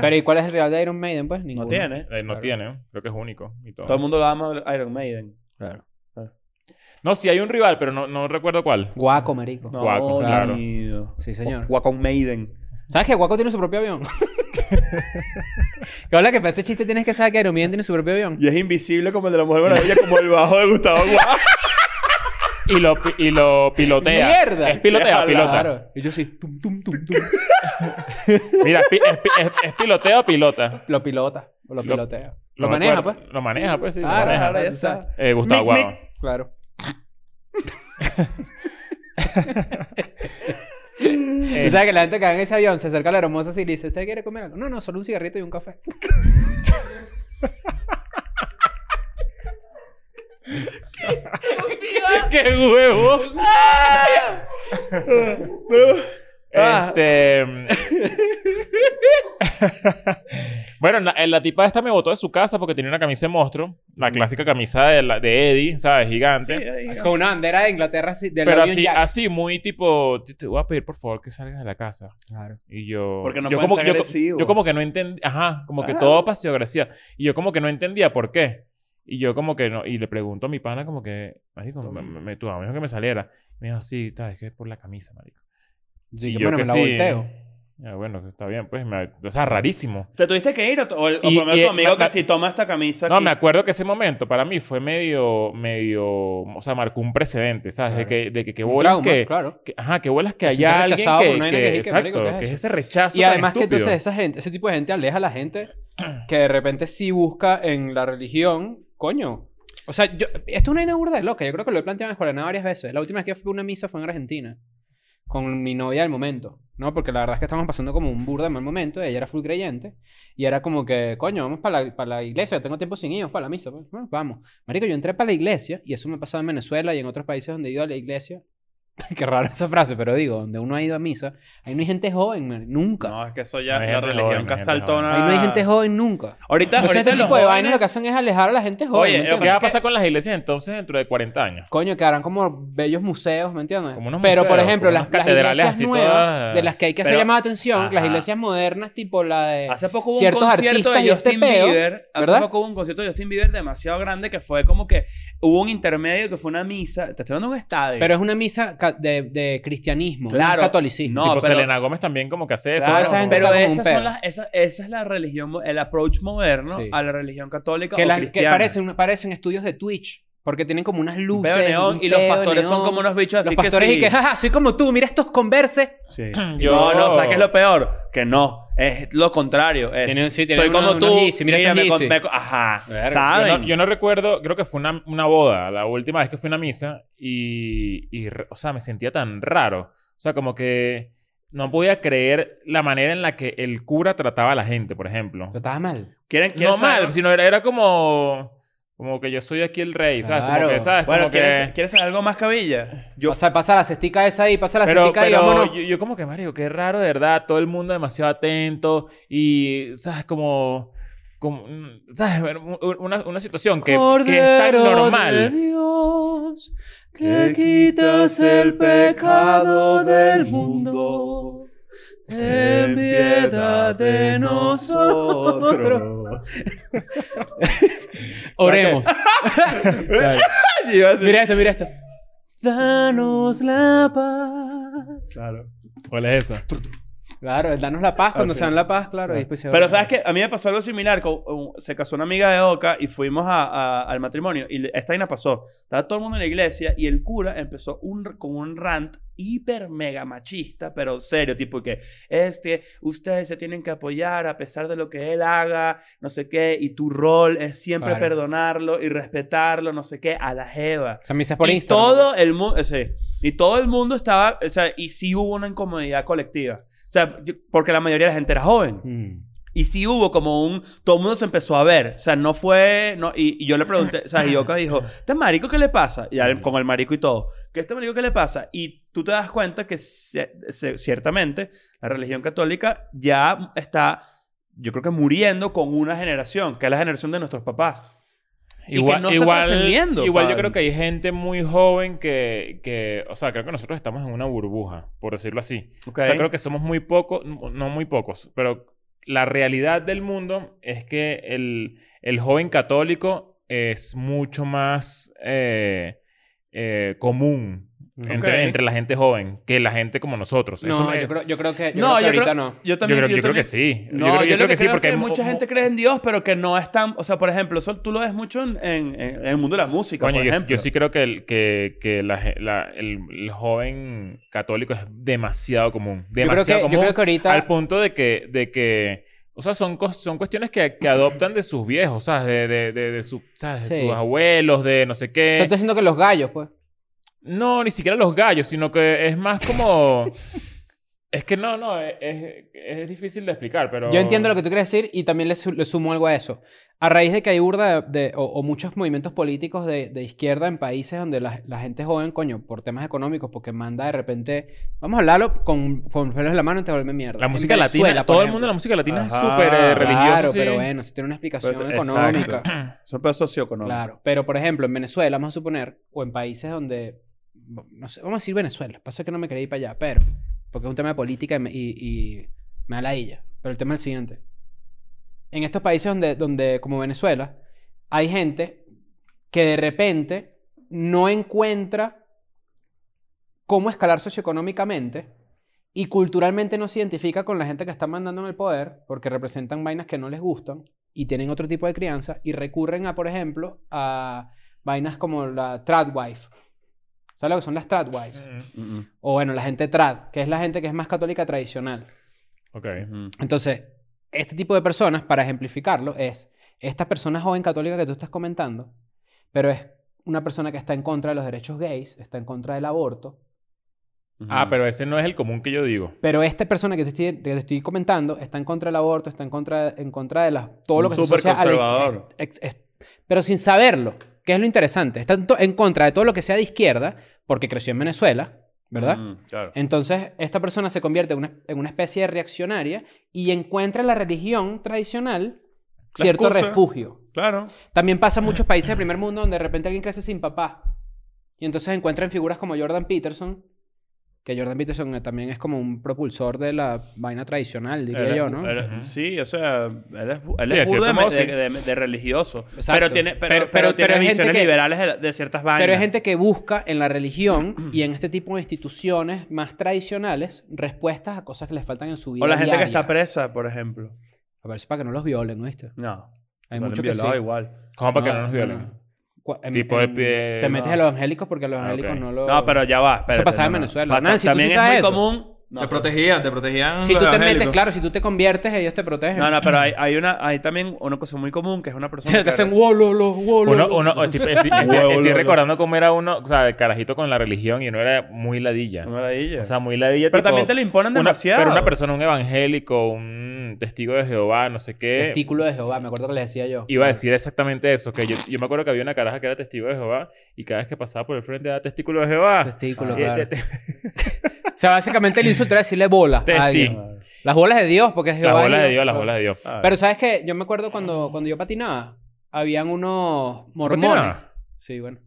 Speaker 3: Pero ¿y cuál es el real de Iron Maiden? Pues ninguno.
Speaker 4: No tiene.
Speaker 2: eh, no
Speaker 3: Claro.
Speaker 2: tiene, creo que es único. Y todo.
Speaker 4: Todo el mundo lo ama a Iron Maiden.
Speaker 3: Claro.
Speaker 2: No, sí hay un rival, pero no, no recuerdo cuál.
Speaker 3: Guaco, marico.
Speaker 4: No,
Speaker 2: Guaco, claro.
Speaker 4: niño.
Speaker 3: Sí, señor.
Speaker 4: Guacón Maiden.
Speaker 3: ¿Sabes que Guaco tiene su propio avión? que habla que para ese chiste tienes que saber que Iron Maiden tiene su propio avión.
Speaker 4: Y es invisible como el de la Mujer Maravilla, como el bajo de Gustavo Guaco.
Speaker 2: Y lo, pi- y lo pilotea.
Speaker 3: ¡Mierda!
Speaker 2: Es pilotea,
Speaker 4: Claro.
Speaker 2: pilota.
Speaker 3: Claro. ah, Y yo sí, tum, tum, tum, tum.
Speaker 2: Mira, es, pi- es pi- es- es piloteo o pilota.
Speaker 3: Lo pilota. O
Speaker 2: Lo-
Speaker 3: lo pilotea. Lo,
Speaker 2: No me
Speaker 3: maneja,
Speaker 2: acuerdo.
Speaker 3: pues.
Speaker 2: Lo maneja, pues, sí. lo
Speaker 3: Claro.
Speaker 2: maneja.
Speaker 4: Ahora ya está.
Speaker 2: Eh, Gustavo
Speaker 4: Mic, mic.
Speaker 2: Guado.
Speaker 3: Claro.
Speaker 2: Eh,
Speaker 3: Y sabes que la gente que va en ese avión se acerca a la hermosa y le dice, ¿usted quiere comer algo? No, no, solo un cigarrito y un café.
Speaker 2: ¡Qué huevo! este. bueno, la, la tipa esta me botó de su casa porque tenía una camisa de monstruo. La clásica camisa de, la- de Eddie, ¿sabes? Gigante.
Speaker 3: Es como una bandera de Inglaterra así, del
Speaker 2: pero
Speaker 3: avión
Speaker 2: así,
Speaker 3: Jack.
Speaker 2: así, muy tipo, te, te voy a pedir por favor que salgas de la casa.
Speaker 3: Claro.
Speaker 2: Y yo.
Speaker 4: Porque no
Speaker 2: yo
Speaker 4: puedes ser
Speaker 2: yo,
Speaker 4: agresivo.
Speaker 2: yo como que no entendía. Ajá, como que
Speaker 4: Ajá.
Speaker 2: todo pasivo agresivo. Y yo como que no entendía por qué. Y yo como que no. Y le pregunto a mi pana, como que, Marico, me, me, me- tu mamá me dijo que me saliera. Me dijo, sí, tal, es que es por la camisa, Marico.
Speaker 3: Yo
Speaker 2: Y
Speaker 3: dije,
Speaker 2: yo
Speaker 3: bueno,
Speaker 2: que
Speaker 3: me la
Speaker 2: sí.
Speaker 3: volteo.
Speaker 2: Ya, bueno, está bien, pues. me- o sea, rarísimo.
Speaker 4: ¿Te tuviste que ir o, o, o
Speaker 2: Y-
Speaker 4: por lo menos
Speaker 2: y-
Speaker 4: tu amigo
Speaker 2: ma- ma-
Speaker 4: que si toma esta camisa
Speaker 2: No,
Speaker 4: aquí?
Speaker 2: me acuerdo que ese momento para mí fue medio, medio, o sea, marcó un precedente, ¿sabes? De
Speaker 3: Claro.
Speaker 2: que, de que, que
Speaker 3: Un
Speaker 2: bolas
Speaker 3: trauma,
Speaker 2: que,
Speaker 3: claro.
Speaker 2: que- ajá, que bolas que
Speaker 3: Que se
Speaker 2: haya
Speaker 3: siente
Speaker 2: alguien
Speaker 3: rechazado por
Speaker 2: que,
Speaker 3: una vaina
Speaker 2: que-
Speaker 3: que dije,
Speaker 2: exacto,
Speaker 3: marico, ¿qué es
Speaker 2: que es
Speaker 3: eso?
Speaker 2: ese rechazo
Speaker 3: Y
Speaker 2: tan
Speaker 3: además que
Speaker 2: estúpido.
Speaker 3: entonces esa gente, ese tipo de gente aleja a la gente que de repente sí busca en la religión, coño. O sea, yo, esto es una vaina burda de loca. Yo creo que lo he planteado en Escuela varias veces. La última vez que yo fui a una misa fue en Argentina. Con mi novia del momento, ¿no? Porque la verdad es que estábamos pasando como un burda mal momento. Ella era full creyente. Y era como que, coño, vamos para la, para la iglesia. Tengo tiempo sin ir, vamos para la misa. Pues, bueno, vamos. Marico, yo entré para la iglesia. Y eso me ha pasado en Venezuela y en otros países donde he ido a la iglesia. Qué raro esa frase, pero digo, donde uno ha ido a misa. Ahí no hay gente joven, man, nunca.
Speaker 4: No, es que eso ya
Speaker 2: No hay
Speaker 4: es la
Speaker 2: gente
Speaker 4: religión
Speaker 2: joven, hay gente
Speaker 4: casaltona.
Speaker 3: Ahí no hay gente joven nunca.
Speaker 4: Ahorita,
Speaker 3: Entonces
Speaker 4: ahorita
Speaker 3: este tipo
Speaker 4: los
Speaker 3: de
Speaker 4: jóvenes...
Speaker 3: vainas lo que hacen es alejar a la gente joven.
Speaker 4: Oye,
Speaker 3: ¿me
Speaker 4: lo
Speaker 2: ¿Qué
Speaker 3: entiendes?
Speaker 2: va a
Speaker 4: que-
Speaker 2: pasar con las iglesias entonces dentro de 40 años?
Speaker 3: Coño, que harán como bellos museos, ¿me entiendes?
Speaker 2: Como unos
Speaker 3: Pero, por
Speaker 2: museos,
Speaker 3: ejemplo,
Speaker 2: como
Speaker 3: las,
Speaker 2: unas
Speaker 3: las
Speaker 2: catedrales
Speaker 3: iglesias
Speaker 2: así
Speaker 3: nuevas,
Speaker 2: todas-
Speaker 3: de las que hay que hacer
Speaker 4: Pero-
Speaker 3: llamada atención, las
Speaker 2: Ajá.
Speaker 3: iglesias modernas, tipo la de...
Speaker 4: Hace poco hubo
Speaker 3: ciertos
Speaker 4: un concierto
Speaker 3: artistas y
Speaker 4: de
Speaker 3: este
Speaker 4: Justin
Speaker 3: peo,
Speaker 4: Bieber. Hace
Speaker 3: ¿verdad?
Speaker 4: poco hubo un concierto de Justin Bieber demasiado grande que fue como que hubo un intermedio que fue una misa. Te estoy dando un estadio.
Speaker 3: Pero es una misa ca- de, de cristianismo, no Ah, es
Speaker 4: Claro.
Speaker 3: catolicismo.
Speaker 4: No,
Speaker 2: tipo
Speaker 4: pero-
Speaker 2: Selena Gómez también como que hace eso.
Speaker 4: Claro,
Speaker 2: ¿no?
Speaker 3: esa gente
Speaker 4: pero
Speaker 3: está como un
Speaker 4: esas son
Speaker 3: pedo.
Speaker 4: las, esa, esa es la religión, mo- el approach moderno
Speaker 3: Sí.
Speaker 4: a la religión católica
Speaker 3: que,
Speaker 4: o
Speaker 3: las- que
Speaker 4: cristiana.
Speaker 3: parecen, parecen estudios de Twitch. Porque tienen como unas
Speaker 4: Un
Speaker 3: luces.
Speaker 4: peo neón,
Speaker 3: un
Speaker 4: y los
Speaker 3: peo
Speaker 4: pastores son
Speaker 3: neón.
Speaker 4: como unos bichos así
Speaker 3: Los pastores
Speaker 4: que sí.
Speaker 3: y que, jaja, soy como tú, mira estos converse.
Speaker 4: Sí.
Speaker 2: Yo-
Speaker 4: No, no, ¿sabes qué es lo peor? Que no, es lo contrario. Es,
Speaker 3: Tiene- sí, tiene
Speaker 4: soy
Speaker 3: uno-
Speaker 4: como
Speaker 3: unos
Speaker 4: tú. este,
Speaker 3: Yeezy, mira estos
Speaker 4: me con-
Speaker 3: Yeezy.
Speaker 4: me con- ajá,
Speaker 3: Verga, yo
Speaker 2: Yo
Speaker 4: ¿saben?
Speaker 2: no, yo no recuerdo, creo que fue una, una boda, la última vez que fui a una misa, y, y, re- o sea, me sentía tan raro. O sea, como que no podía creer la manera en la que el cura trataba a la gente, por ejemplo.
Speaker 3: Tú estabas mal.
Speaker 4: ¿Quieren, quieren
Speaker 2: No
Speaker 4: saber-
Speaker 2: mal, sino era, era como, como que yo soy aquí el rey, ¿sabes? Como
Speaker 3: Claro.
Speaker 2: que, ¿sabes?
Speaker 4: Bueno,
Speaker 2: Como que-
Speaker 4: ¿quieres, ¿quieres saber algo más cabilla? Yo,
Speaker 3: Pasa, pasa la cestica esa ahí, pasa la
Speaker 2: Pero,
Speaker 3: cestica ahí,
Speaker 2: pero
Speaker 3: vámonos.
Speaker 2: yo, yo como que, Mario, qué raro, de verdad. Todo el mundo demasiado atento y, ¿sabes? Como... como mm, ¿Sabes? Bueno, un- Una, una situación que, que es tan
Speaker 3: Cordero
Speaker 2: normal.
Speaker 3: de Dios,
Speaker 4: Que quitas el pecado del mundo,
Speaker 3: ten piedad de nosotros. Oremos.
Speaker 4: Iba a decir-
Speaker 3: mira esto, mira esto. Danos la paz.
Speaker 4: Claro.
Speaker 2: ¿Cuál es eso?
Speaker 3: Claro, danos la paz cuando
Speaker 4: Ah, sí.
Speaker 3: se dan la paz, claro. y después se
Speaker 4: Pero sabes que a mí me pasó algo similar. con- un- se casó una amiga de Oca y fuimos a- a- al matrimonio. Y le- esta vaina pasó. Estaba todo el mundo en la iglesia y el cura empezó un, con un rant hiper mega machista, pero serio, tipo que es que ustedes se tienen que apoyar a pesar de lo que él haga, no sé qué, y tu rol es siempre
Speaker 3: Claro.
Speaker 4: perdonarlo y respetarlo, no sé qué, a la jeva.
Speaker 3: O sea, misas por
Speaker 4: y
Speaker 3: Instagram. pues.
Speaker 4: todo el mundo, y todo el mundo estaba, o sea, y sí hubo una incomodidad colectiva. O sea, yo- porque la mayoría de la gente era joven.
Speaker 3: Mm.
Speaker 4: Y sí hubo como un... Todo el mundo se empezó a ver. O sea, no fue... No, y, y yo le pregunté... O sea, Yoka dijo, ¿este marico qué le pasa? Y al- con el marico y todo. ¿Qué este marico qué le pasa? Y tú te das cuenta que se- se- ciertamente la religión católica ya está... Yo creo que muriendo con una generación, que es la generación de nuestros papás. Y que no está trascendiendo,
Speaker 2: igual yo
Speaker 4: padre.
Speaker 2: creo que hay gente muy joven que, que, o sea, creo que nosotros estamos en una burbuja, por decirlo así.
Speaker 4: ¿ok?
Speaker 2: O sea, creo que somos muy pocos, no muy pocos, pero la realidad del mundo es que el, el joven católico es mucho más eh, eh, común entre,
Speaker 4: Ok.
Speaker 2: entre la gente joven que la gente como nosotros. Eso
Speaker 3: No,
Speaker 2: me-
Speaker 3: yo creo, yo creo que, yo
Speaker 4: eh, no,
Speaker 3: creo
Speaker 4: yo
Speaker 3: que ahorita
Speaker 4: creo,
Speaker 3: no.
Speaker 4: yo
Speaker 2: yo
Speaker 4: también
Speaker 2: creo- yo creo
Speaker 4: también-
Speaker 2: que sí.
Speaker 4: No,
Speaker 2: yo creo, yo
Speaker 4: lo
Speaker 2: creo
Speaker 4: que,
Speaker 2: que sí,
Speaker 4: creo
Speaker 2: porque
Speaker 4: que
Speaker 2: hay mo-
Speaker 4: mucha
Speaker 2: mo-
Speaker 4: gente cree en Dios, pero que no es tan... O sea, por ejemplo, eso tú lo ves mucho en, en- en- en el mundo de la música,
Speaker 2: Coño,
Speaker 4: por
Speaker 2: yo,
Speaker 4: ejemplo.
Speaker 2: yo sí creo que, el, que, que la, ge- la- el, el joven católico es demasiado común.
Speaker 3: Yo creo,
Speaker 2: Demasiado
Speaker 3: que, yo
Speaker 2: común.
Speaker 3: creo que ahorita...
Speaker 2: Al punto de que, de que o sea, son, cos- son cuestiones que, que adoptan de sus viejos, ¿sabes? De, de, de, de su- ¿sabes? de
Speaker 3: Sí.
Speaker 2: sus abuelos, de no sé
Speaker 3: O
Speaker 2: qué.
Speaker 3: sea, estoy diciendo que los gallos, pues.
Speaker 2: No, ni siquiera los gallos, sino que es más como... es que no, no, es, es, es difícil de explicar, pero...
Speaker 3: Yo entiendo lo que tú quieres decir y también le, su- le sumo algo a eso. A raíz de que hay burda de, de- o, o muchos movimientos políticos de, de izquierda en países donde la, la gente joven, coño, por temas económicos, porque manda de repente... Vamos a hablarlo con, con los pelos en la mano y te vuelve mierda.
Speaker 2: La
Speaker 3: En
Speaker 2: música latina,
Speaker 3: Venezuela, por
Speaker 2: todo el
Speaker 3: ejemplo.
Speaker 2: mundo en la música latina es
Speaker 4: Ajá.
Speaker 2: súper eh, religioso.
Speaker 3: Claro,
Speaker 2: sí.
Speaker 3: pero bueno, si tiene una explicación
Speaker 4: Pues,
Speaker 3: económica.
Speaker 4: exacto. Son pedos socioeconómicos.
Speaker 3: Claro, pero por ejemplo, en Venezuela, vamos a suponer, o en países donde, no sé, vamos a decir Venezuela, pasa que no me quería ir para allá, pero, porque es un tema de política y me, y- y me da la illa. Pero el tema es el siguiente. En estos países donde, donde, como Venezuela, hay gente que de repente no encuentra cómo escalar socioeconómicamente y culturalmente no se identifica con la gente que está mandando en el poder porque representan vainas que no les gustan y tienen otro tipo de crianza y recurren a, por ejemplo, a vainas como la trad wife. ¿Sabes lo que son las trad wives?
Speaker 4: Mm,
Speaker 3: O bueno, la gente trad, que es la gente que es más católica tradicional.
Speaker 2: Ok.
Speaker 4: mm.
Speaker 3: Entonces, este tipo de personas, para ejemplificarlo, es esta persona joven católica que tú estás comentando, pero es una persona que está en contra de los derechos gays, está en contra del aborto,
Speaker 2: Ah, pero ese no es el común que yo digo.
Speaker 3: pero esta persona que te estoy, que te estoy comentando está en contra del aborto, está en contra, en contra de las, todo lo
Speaker 4: Un
Speaker 3: que se asocia a la
Speaker 4: superconservador.
Speaker 3: izquierda. Ex- ex- pero sin saberlo, que es lo interesante. Está en to- en contra de todo lo que sea de izquierda, porque creció en Venezuela, ¿verdad? Eh,
Speaker 4: Mm, claro.
Speaker 3: Entonces, esta persona se convierte en una, en una especie de reaccionaria y encuentra en la religión tradicional
Speaker 4: La
Speaker 3: cierto
Speaker 4: excusa.
Speaker 3: refugio.
Speaker 4: Claro.
Speaker 3: También pasa en muchos países del primer mundo donde de repente alguien crece sin papá. Y entonces encuentran figuras como Jordan Peterson, que Jordan Peterson eh, también es como un propulsor de la vaina tradicional, diría
Speaker 4: Él es-
Speaker 3: yo, ¿no?
Speaker 4: él es-
Speaker 2: Ujú.
Speaker 4: Sí, o sea, él es, él
Speaker 2: Sí, de
Speaker 4: es burda de,
Speaker 2: cierto modo, sí.
Speaker 4: de- de- de religioso.
Speaker 3: Exacto.
Speaker 4: Pero tiene, pero,
Speaker 3: Pero-
Speaker 4: pero tiene
Speaker 3: pero- pero es gente
Speaker 4: visiones
Speaker 3: que-
Speaker 4: liberales de, la- de ciertas vainas.
Speaker 3: Pero es gente que busca en la religión y en este tipo de instituciones más tradicionales respuestas a cosas que les faltan en su vida.
Speaker 4: O la gente que
Speaker 3: diaria.
Speaker 4: está presa, por ejemplo.
Speaker 3: A ver, si para que no los violen, ¿oíste?
Speaker 4: No.
Speaker 3: Hay
Speaker 4: salen
Speaker 3: mucho que sí.
Speaker 4: violados igual.
Speaker 2: ¿Cómo para que
Speaker 3: No,
Speaker 2: no nos
Speaker 3: no,
Speaker 2: violen?
Speaker 3: no. cua- en-
Speaker 2: Tipo el
Speaker 3: en-
Speaker 2: pie-
Speaker 3: Te metes a los evangélicos porque los
Speaker 2: Ah,
Speaker 3: evangélicos
Speaker 2: ok.
Speaker 3: no lo.
Speaker 4: No, pero ya va. espérate,
Speaker 3: pasaba en
Speaker 4: no, no.
Speaker 3: Venezuela.
Speaker 4: Va, ta-
Speaker 3: Nancy, ¿tú
Speaker 4: también
Speaker 3: sí
Speaker 4: es
Speaker 3: sabes
Speaker 4: muy
Speaker 3: eso?
Speaker 4: común. No,
Speaker 5: te
Speaker 4: pero-
Speaker 5: protegían, te protegían.
Speaker 3: Si
Speaker 5: los
Speaker 3: tú te metes,
Speaker 5: evangélicos.
Speaker 3: claro, si tú te conviertes, ellos te protegen.
Speaker 4: No, no, pero hay, hay una, hay también una cosa muy común que es una persona.
Speaker 3: te
Speaker 4: que-
Speaker 3: hacen wow, lo, lo, wow, lo,
Speaker 2: Uno,
Speaker 3: lo".
Speaker 2: uno, estoy, estoy- estoy-
Speaker 4: Huevo,
Speaker 2: estoy
Speaker 4: loco.
Speaker 2: recordando cómo era uno, o sea, de carajito con la religión y uno era muy ladilla.
Speaker 4: Una maravilla.
Speaker 2: O sea, muy ladilla.
Speaker 4: pero
Speaker 2: tipo,
Speaker 4: también te lo imponen
Speaker 2: una-
Speaker 4: demasiado.
Speaker 2: Pero una persona, un evangélico, un testigo de Jehová, no sé qué.
Speaker 3: Testículo de Jehová, me acuerdo que le decía yo.
Speaker 2: Iba a decir exactamente eso. Que yo, yo me acuerdo que había una caraja que era testigo de Jehová y cada vez que pasaba por el frente era testigo de Jehová.
Speaker 3: Testículo,
Speaker 2: Y- este,
Speaker 3: claro.
Speaker 2: te- te-
Speaker 3: O sea, básicamente el insulto era decirle bola
Speaker 2: Testi.
Speaker 3: a alguien. Las bolas de Dios, porque es
Speaker 2: Las
Speaker 3: Jehová.
Speaker 2: bolas este, de Dios, las bolas de Dios.
Speaker 4: Ah,
Speaker 3: Pero ¿sabes qué? Yo me acuerdo
Speaker 2: Ah.
Speaker 3: cuando, cuando yo patinaba, habían unos mormones.
Speaker 2: patinabas?
Speaker 3: Sí, bueno.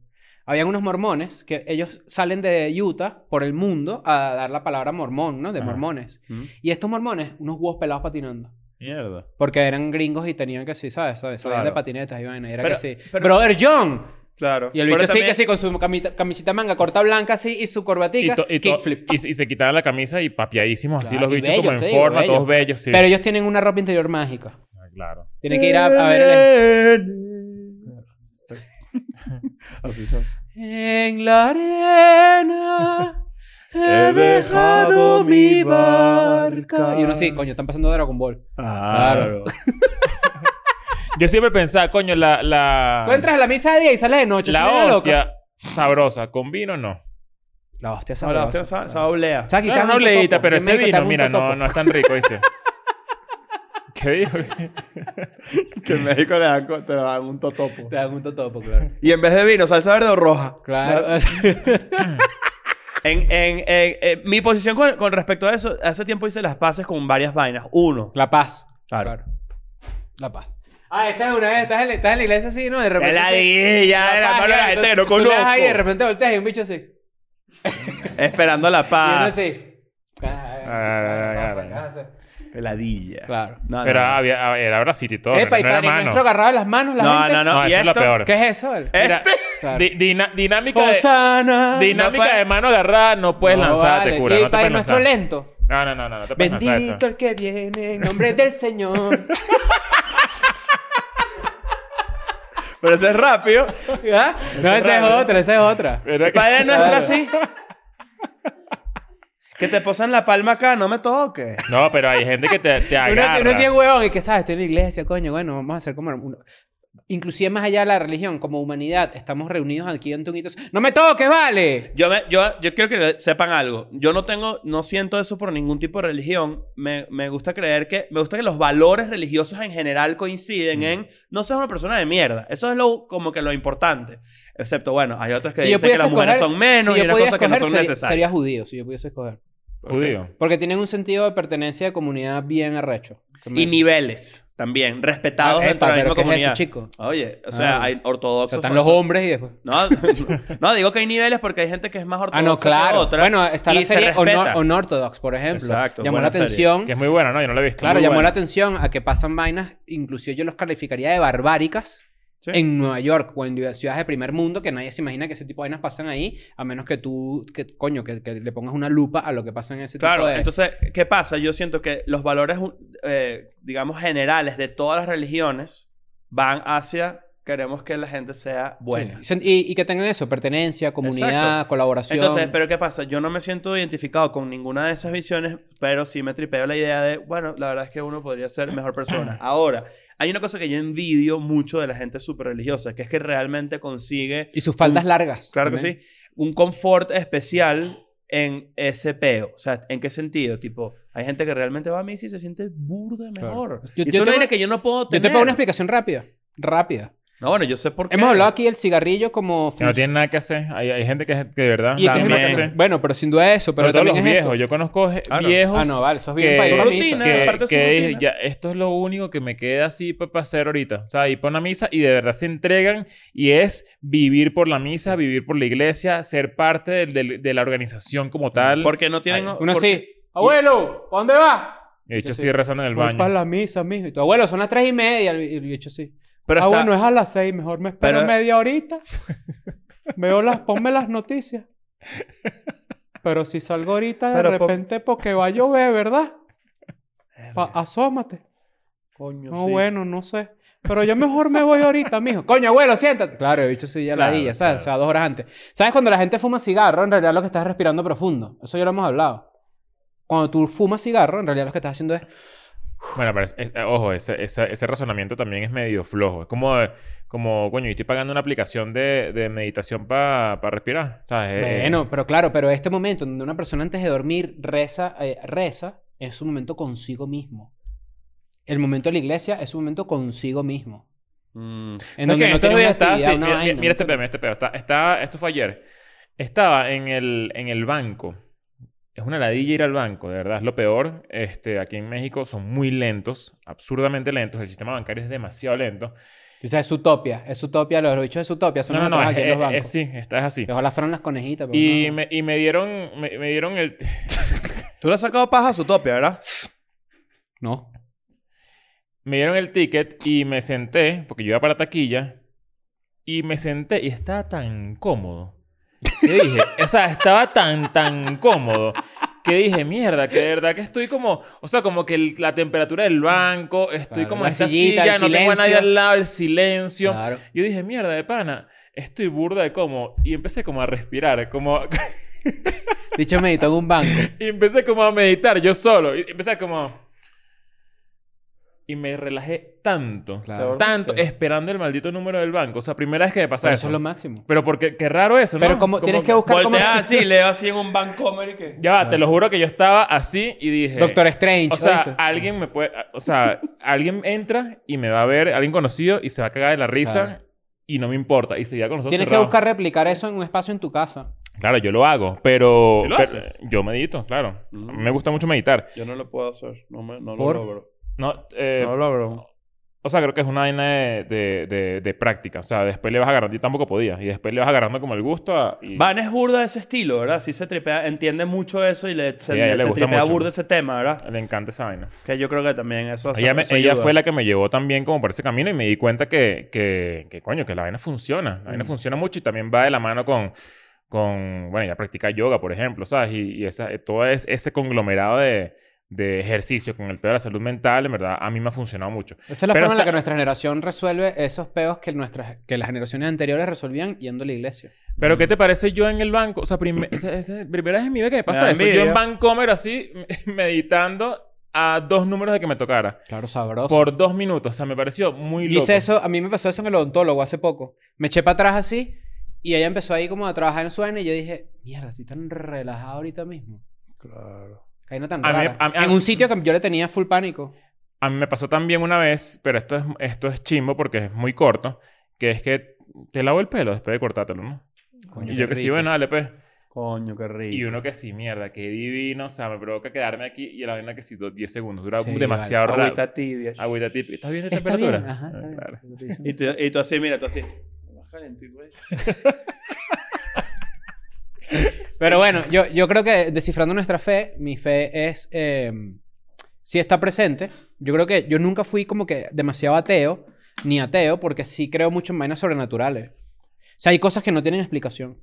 Speaker 3: Habían unos mormones que ellos salen de Utah por el mundo a dar la palabra mormón, ¿no? De
Speaker 2: Ajá.
Speaker 3: mormones.
Speaker 4: Mm.
Speaker 3: Y estos mormones, unos huevos pelados patinando.
Speaker 4: Mierda.
Speaker 3: Porque eran gringos y tenían que sí, ¿sabes? ¿sabes? Sabían
Speaker 4: Claro.
Speaker 3: de patinetas y vaina. y Era
Speaker 4: Pero-
Speaker 3: que sí.
Speaker 4: pero-
Speaker 3: ¡Brother John!
Speaker 4: Claro.
Speaker 3: Y el
Speaker 4: Pero
Speaker 3: bicho sí,
Speaker 4: también-
Speaker 3: que sí, con su camita- camisita manga corta blanca así y su
Speaker 2: Y,
Speaker 3: corbatica.
Speaker 2: to- y to-
Speaker 3: kickflip.
Speaker 2: y- y se quitaban la camisa y papiadísimos, así
Speaker 3: Claro,
Speaker 2: los
Speaker 3: y
Speaker 2: bichos
Speaker 3: bellos,
Speaker 2: como en
Speaker 3: te digo,
Speaker 2: forma,
Speaker 3: bellos.
Speaker 2: todos bellos. Sí.
Speaker 3: Pero ellos tienen una ropa interior mágica.
Speaker 2: Ah, Claro.
Speaker 3: Tienen que ir a, a verle.
Speaker 4: Así son.
Speaker 3: En la arena
Speaker 4: He dejado mi barca.
Speaker 3: Y uno sí, coño, están pasando Dragon Ball.
Speaker 4: Claro.
Speaker 2: Yo siempre pensaba, coño, la. la
Speaker 3: Tú entras a la misa de día y sales de noche.
Speaker 2: Ah. la
Speaker 3: La hostia. Loca.
Speaker 2: hostia sabrosa, ¿con vino no?
Speaker 3: La hostia
Speaker 4: Ahora, usted
Speaker 3: sabrosa.
Speaker 4: sabe, sabe oblea.
Speaker 3: Chaki, te
Speaker 2: Claro,
Speaker 3: hago
Speaker 2: una
Speaker 3: un
Speaker 2: obleita,
Speaker 3: totopo.
Speaker 2: pero
Speaker 3: Yo
Speaker 2: ese
Speaker 3: me digo que te
Speaker 2: vino,
Speaker 3: hago un
Speaker 2: mira,
Speaker 3: totopo.
Speaker 2: no, no es tan rico, ¿viste? ¿Qué dijo?
Speaker 4: Que en México le dan, co- te dan un totopo.
Speaker 3: Te hago un totopo, claro.
Speaker 4: Y en vez de vino, salsa verde o roja.
Speaker 3: Claro.
Speaker 4: En, en, en- en- mi posición con, con respecto a eso, hace tiempo hice las paces con varias vainas. Uno.
Speaker 3: La paz.
Speaker 4: Claro.
Speaker 3: La paz. Ah, esta es una vez, estás en, la- estás en la iglesia así, ¿no? De repente.
Speaker 4: la
Speaker 3: así,
Speaker 4: dilla, de la
Speaker 3: paz,
Speaker 4: mano de la
Speaker 3: claro,
Speaker 4: gente que
Speaker 3: tú-
Speaker 4: no
Speaker 3: tú le das ahí, de
Speaker 4: conozco.
Speaker 3: repente volteas y un bicho así.
Speaker 4: Esperando la
Speaker 3: Ah,
Speaker 4: paz.
Speaker 3: sí.
Speaker 2: Ah,
Speaker 4: Peladilla.
Speaker 3: Claro.
Speaker 4: No, no,
Speaker 2: Pero ah,
Speaker 4: no.
Speaker 2: había, era bracito y todo.
Speaker 3: Epa, y
Speaker 2: no era
Speaker 3: Padre
Speaker 2: mano.
Speaker 3: Nuestro agarraba las manos, la
Speaker 4: No,
Speaker 3: gente.
Speaker 4: no, no.
Speaker 2: No,
Speaker 4: ¿Y
Speaker 2: eso es lo
Speaker 4: esto?
Speaker 2: peor.
Speaker 3: ¿Qué es eso?
Speaker 2: Mira,
Speaker 3: Claro.
Speaker 2: di- dina- dinámica, de,
Speaker 3: Osana.
Speaker 2: dinámica
Speaker 3: Este. No puede-
Speaker 2: de mano agarrada, no puedes
Speaker 3: No
Speaker 2: lanzar,
Speaker 3: vale.
Speaker 2: te cura.
Speaker 3: Y
Speaker 2: no te
Speaker 3: Padre
Speaker 2: puedes
Speaker 3: Nuestro
Speaker 2: lanzar.
Speaker 3: lento.
Speaker 2: No, no, no, no, no te puedes lanzar eso.
Speaker 3: Bendito el que viene en nombre del Señor.
Speaker 4: Pero ese es rápido.
Speaker 3: ¿Ah? No,
Speaker 4: es
Speaker 3: esa es
Speaker 4: raro.
Speaker 3: otra, esa es otra.
Speaker 4: Eh,
Speaker 2: Era que-
Speaker 4: Padre nuestro
Speaker 3: Claro.
Speaker 4: así. Que te posan la palma acá, no me toques.
Speaker 2: No, pero hay gente que te, te
Speaker 3: Uno,
Speaker 2: agarra.
Speaker 3: uno sí es huevón y que, ¿sabes? Estoy en la iglesia, coño. Bueno, vamos a hacer como... uno- Inclusive más allá de la religión, como humanidad, estamos reunidos aquí en Tunguitos. ¡No me toques, vale!
Speaker 4: Yo, me, yo, yo quiero que sepan algo. Yo no tengo, no siento eso por ningún tipo de religión. Me, me gusta creer que, me gusta que los valores religiosos en general coinciden
Speaker 3: Mm.
Speaker 4: en no seas una persona de mierda. Eso es lo, como que lo importante. Excepto, bueno, hay otras que dicen que las mujeres son menos
Speaker 3: si
Speaker 4: y
Speaker 3: yo
Speaker 4: una
Speaker 3: pudiera
Speaker 4: cosa que no
Speaker 3: escoger,
Speaker 4: son
Speaker 3: sería,
Speaker 4: necesarias.
Speaker 3: sería judío, si yo pudiese escoger.
Speaker 2: Judío.
Speaker 3: Porque tienen un sentido de pertenencia de comunidad bien arrecho.
Speaker 4: Y niveles también, respetados
Speaker 3: Ah,
Speaker 4: dentro de
Speaker 3: epa,
Speaker 4: la misma
Speaker 3: pero ¿qué es eso,
Speaker 4: comunidad.
Speaker 3: chico?
Speaker 4: Oye, o sea,
Speaker 3: Ah.
Speaker 4: hay
Speaker 3: O sea,
Speaker 4: ortodoxos.
Speaker 3: están los
Speaker 4: ortodoxos-
Speaker 3: hombres y después...
Speaker 4: No, no, digo que hay niveles porque hay gente que es más ortodoxa
Speaker 3: Ah, no,
Speaker 4: que
Speaker 3: claro.
Speaker 4: otra.
Speaker 3: Bueno, está
Speaker 4: y
Speaker 3: la
Speaker 4: se
Speaker 3: serie
Speaker 4: respeta.
Speaker 3: Honor- Unorthodox, por ejemplo.
Speaker 4: Exacto,
Speaker 3: llamó
Speaker 4: buena
Speaker 3: la
Speaker 4: serie.
Speaker 3: atención.
Speaker 2: Que es muy bueno, ¿no? Yo no lo he visto.
Speaker 3: Claro,
Speaker 4: muy
Speaker 3: llamó
Speaker 4: buena.
Speaker 3: la atención a que pasan vainas, inclusive yo los calificaría de barbáricas
Speaker 4: Sí.
Speaker 3: en Nueva York o en ciudades de primer mundo que nadie se imagina que ese tipo de vainas pasan ahí, a menos que tú, que, coño, que, que le pongas una lupa a lo que pasa en ese
Speaker 4: Claro,
Speaker 3: tipo eh, de...
Speaker 4: entonces, ¿qué pasa? Yo siento que los valores, eh, digamos, generales de todas las religiones van hacia queremos que la gente sea buena.
Speaker 3: Sí. Y, y que tengan eso, pertenencia, comunidad,
Speaker 4: Exacto.
Speaker 3: colaboración.
Speaker 4: Entonces, pero ¿qué pasa? Yo no me siento identificado con ninguna de esas visiones, pero sí me tripeo la idea de, bueno, la verdad es que uno podría ser mejor persona. Ahora, hay una cosa que yo envidio mucho de la gente súper religiosa, que es que realmente consigue
Speaker 3: y sus faldas largas.
Speaker 4: Mm, Claro que sí. Un confort especial en ese peo. O sea, ¿en qué sentido? Tipo, hay gente que realmente va a misa y se siente burda mejor.
Speaker 3: Yo-
Speaker 4: y
Speaker 3: yo
Speaker 4: eso
Speaker 3: te-
Speaker 4: no viene que yo no puedo
Speaker 3: Yo
Speaker 4: tener.
Speaker 3: te pongo una explicación rápida. Rápida.
Speaker 4: No, bueno, yo sé por qué.
Speaker 3: Hemos hablado aquí del cigarrillo como...
Speaker 2: Que no tienen nada que hacer. Hay, hay gente que, que de verdad.
Speaker 3: Y este es el-
Speaker 2: nada
Speaker 4: También.
Speaker 2: que hacer.
Speaker 3: Bueno, pero sin duda eso. Pero
Speaker 2: Sobre todo
Speaker 3: también
Speaker 2: los
Speaker 3: es
Speaker 2: viejos.
Speaker 3: esto.
Speaker 2: Yo conozco je-
Speaker 4: Claro.
Speaker 2: viejos.
Speaker 3: Ah, no, vale. Sos bien
Speaker 2: que-
Speaker 3: para ir a
Speaker 4: Rutina,
Speaker 3: misa.
Speaker 4: es
Speaker 2: que,
Speaker 4: parte de su
Speaker 2: que
Speaker 4: rutina.
Speaker 2: ya, esto es lo único que me queda así para hacer ahorita. O sea, ir para una misa y de verdad se entregan y es vivir por la misa, vivir por la iglesia, ser parte del- del- de la organización
Speaker 3: Mm.
Speaker 2: como tal.
Speaker 4: Porque no tienen.
Speaker 2: Ay,
Speaker 3: Uno
Speaker 4: porque-
Speaker 3: así, abuelo, ¿para dónde vas?
Speaker 2: De hecho,
Speaker 3: Yo
Speaker 2: sí.
Speaker 3: sí.
Speaker 2: rezando en el
Speaker 3: Voy
Speaker 2: baño.
Speaker 3: para la misa, mijo. Y tu abuelo, son las tres y media. Y el bicho sí.
Speaker 4: Pero
Speaker 3: ah,
Speaker 4: está-
Speaker 3: bueno, es a las seis. Mejor me espero
Speaker 4: Pero-
Speaker 3: media horita. Veo las... Ponme las noticias. Pero si salgo ahorita, de
Speaker 4: Pero pon-
Speaker 3: repente, porque va a llover, ¿verdad? Pa- asómate.
Speaker 4: Coño,
Speaker 3: No,
Speaker 4: sí.
Speaker 3: bueno, no sé. Pero yo mejor me voy ahorita, mijo. Coño, abuelo, siéntate. Claro, el bicho se ya
Speaker 4: Claro,
Speaker 3: la dilla,
Speaker 4: claro.
Speaker 3: ¿sabes? O sea, dos horas antes. ¿Sabes cuando la gente fuma cigarro? En realidad lo que estás es respirando profundo. Eso ya lo hemos hablado. Cuando tú fumas cigarro, en realidad lo que estás haciendo es...
Speaker 2: Bueno, pero es- es- ojo, ese, ese- ese razonamiento también es medio flojo. Es como, eh, como coño, yo estoy pagando una aplicación de, de meditación para respirar. ¿Sabes? Eh,
Speaker 3: Bueno, pero claro, pero este momento donde una persona antes de dormir reza, eh, reza, es un momento consigo mismo. El momento de la iglesia es un momento consigo mismo.
Speaker 4: Mm.
Speaker 3: En
Speaker 2: ¿Sabes
Speaker 3: donde
Speaker 2: qué?
Speaker 3: no
Speaker 2: Estos
Speaker 3: tiene
Speaker 2: días
Speaker 3: una
Speaker 2: estaba
Speaker 3: actividad,
Speaker 2: así.
Speaker 3: una
Speaker 2: Mira,
Speaker 3: vaina,
Speaker 2: mira-
Speaker 3: ¿no?
Speaker 2: mira este pedo, mira este pedo. Está, está- esto fue ayer. Estaba en el, en el banco. Es una ladilla ir al banco, de verdad, es lo peor. Este, aquí en México son muy lentos, absurdamente lentos. El sistema bancario es demasiado lento.
Speaker 3: O sea, es utopia. Es utopia. Los bichos es utopia. Son
Speaker 2: No, no, no,
Speaker 3: los
Speaker 2: es,
Speaker 3: que aquí en los
Speaker 2: es-
Speaker 3: bancos.
Speaker 2: es- sí, esta es así.
Speaker 3: Que Ojalá fueran las conejitas. pero
Speaker 2: Y,
Speaker 3: no.
Speaker 2: me, y me dieron, me, me dieron el...
Speaker 4: Tú le has sacado paja a su topia, ¿verdad?
Speaker 3: No.
Speaker 2: Me dieron el ticket y me senté, porque yo iba para taquilla, y me senté y estaba tan cómodo. Que dije, o sea, estaba tan, tan cómodo. Que dije, mierda, que de verdad que estoy como, o sea, como que el- la temperatura del banco, estoy
Speaker 3: Claro,
Speaker 2: como
Speaker 3: la
Speaker 2: en esta
Speaker 3: sillita,
Speaker 2: silla,
Speaker 3: el
Speaker 2: no tengo a nadie
Speaker 3: silencio.
Speaker 2: al lado, el silencio.
Speaker 3: Claro.
Speaker 2: Yo dije, mierda de pana, estoy burda de cómodo. Y empecé como a respirar, como,
Speaker 3: Bicho meditó en un banco.
Speaker 2: y empecé como a meditar yo solo. Y empecé como. Y me relajé tanto.
Speaker 3: Claro.
Speaker 2: Tanto esperando el maldito número del banco. O sea, primera vez que me pasa
Speaker 3: Pero
Speaker 2: eso.
Speaker 3: eso es lo máximo.
Speaker 2: Pero porque qué raro eso, ¿no?
Speaker 3: Pero como tienes que buscar como...
Speaker 4: Voltea así, leo así en un Vancomer y que...
Speaker 2: Ya va, te lo juro que yo estaba así y dije.
Speaker 3: Doctor Strange.
Speaker 2: O sea, ah,
Speaker 3: ¿oíste?
Speaker 2: alguien me puede. O sea, alguien entra y me va a ver, alguien conocido, y se va a cagar de la risa.
Speaker 3: Claro.
Speaker 2: Y no me importa. Y seguía con nosotros.
Speaker 3: Tienes que buscar replicar eso en un espacio en tu casa.
Speaker 2: Claro, yo lo hago, pero.
Speaker 4: ¿Sí lo
Speaker 2: pero-
Speaker 4: haces?
Speaker 2: yo medito, claro.
Speaker 4: Mm.
Speaker 2: A mí Me gusta mucho meditar.
Speaker 4: Yo no lo puedo hacer. No, me, no lo
Speaker 3: ¿Por?
Speaker 4: logro.
Speaker 2: No, eh,
Speaker 4: no lo logro.
Speaker 2: O sea, creo que es una vaina de, de- de- de práctica. O sea, después le vas agarrando. Yo tampoco podía. Y después le vas agarrando como el gusto a... y-
Speaker 4: Van es burda de ese estilo, ¿verdad? Sí se tripea, entiende mucho eso y le, se,
Speaker 2: Sí, a ella
Speaker 4: se
Speaker 2: le gusta
Speaker 4: tripea
Speaker 2: mucho.
Speaker 4: burda ese tema, ¿verdad?
Speaker 2: Le encanta esa vaina.
Speaker 4: Que yo creo que también eso...
Speaker 2: ella me-
Speaker 4: eso
Speaker 2: ella
Speaker 4: ayuda.
Speaker 2: fue la que me llevó también como por ese camino y me di cuenta que, que, que coño, que la vaina funciona. La vaina
Speaker 3: Mm.
Speaker 2: funciona mucho y también va de la mano con... con bueno, ya practica yoga, por ejemplo, ¿sabes? Y, y esa, todo es, ese conglomerado de, de ejercicio con el peor de la salud mental, en verdad, a mí me ha funcionado mucho.
Speaker 3: Esa es la
Speaker 2: Pero
Speaker 3: forma en la
Speaker 2: está-
Speaker 3: que nuestra generación resuelve esos peos que, nuestras, que las generaciones anteriores resolvían yendo a la iglesia. Mm,
Speaker 2: Pero, ¿qué te parece yo en el banco? O sea, prim- esa- esa- primera vez en mi vida que me pasa
Speaker 4: da
Speaker 2: eso. Yo
Speaker 4: envidia.
Speaker 2: en Vancomer así, meditando a dos números de que me tocara.
Speaker 3: Claro, sabroso.
Speaker 2: Por dos minutos. O sea, me pareció muy
Speaker 3: Yo
Speaker 2: loco.
Speaker 3: hice eso, a mí me pasó eso en el odontólogo hace poco. Me eché para atrás así y ella empezó ahí como a trabajar en su vaina y yo dije, mierda, estoy tan relajado ahorita mismo.
Speaker 4: Claro.
Speaker 3: Que vaina tan
Speaker 2: A mí-
Speaker 3: rara.
Speaker 2: a mí- a
Speaker 3: en
Speaker 2: mí-
Speaker 3: un sitio que yo le tenía full pánico.
Speaker 2: A mí me pasó también una vez, pero esto es, esto es chimbo porque es muy corto, que es que te lavo el pelo después de cortártelo, ¿no?
Speaker 3: Coño,
Speaker 2: y
Speaker 3: qué
Speaker 2: yo que sí,
Speaker 3: rico.
Speaker 2: bueno, dale, pues.
Speaker 4: Coño, qué rico.
Speaker 2: Y uno que sí, mierda, qué divino. O sea, me provoca quedarme aquí y la vaina que sí, do- 10 segundos. Dura
Speaker 3: Sí,
Speaker 2: demasiado raro.
Speaker 4: Agüita tibia.
Speaker 2: Agüita tip. ¿Estás Ah, bien de
Speaker 3: Está bien,
Speaker 2: temperatura?
Speaker 3: ajá, está
Speaker 2: Ah,
Speaker 3: bien.
Speaker 2: claro.
Speaker 4: Y tú, y tú así, mira, tú así. Más calentito, güey.
Speaker 3: Pero bueno, yo, yo creo que descifrando nuestra fe, mi fe es, eh, sí está presente. Yo creo que yo nunca fui como que demasiado ateo, ni ateo, porque sí creo mucho en vainas sobrenaturales. O sea, hay cosas que no tienen explicación.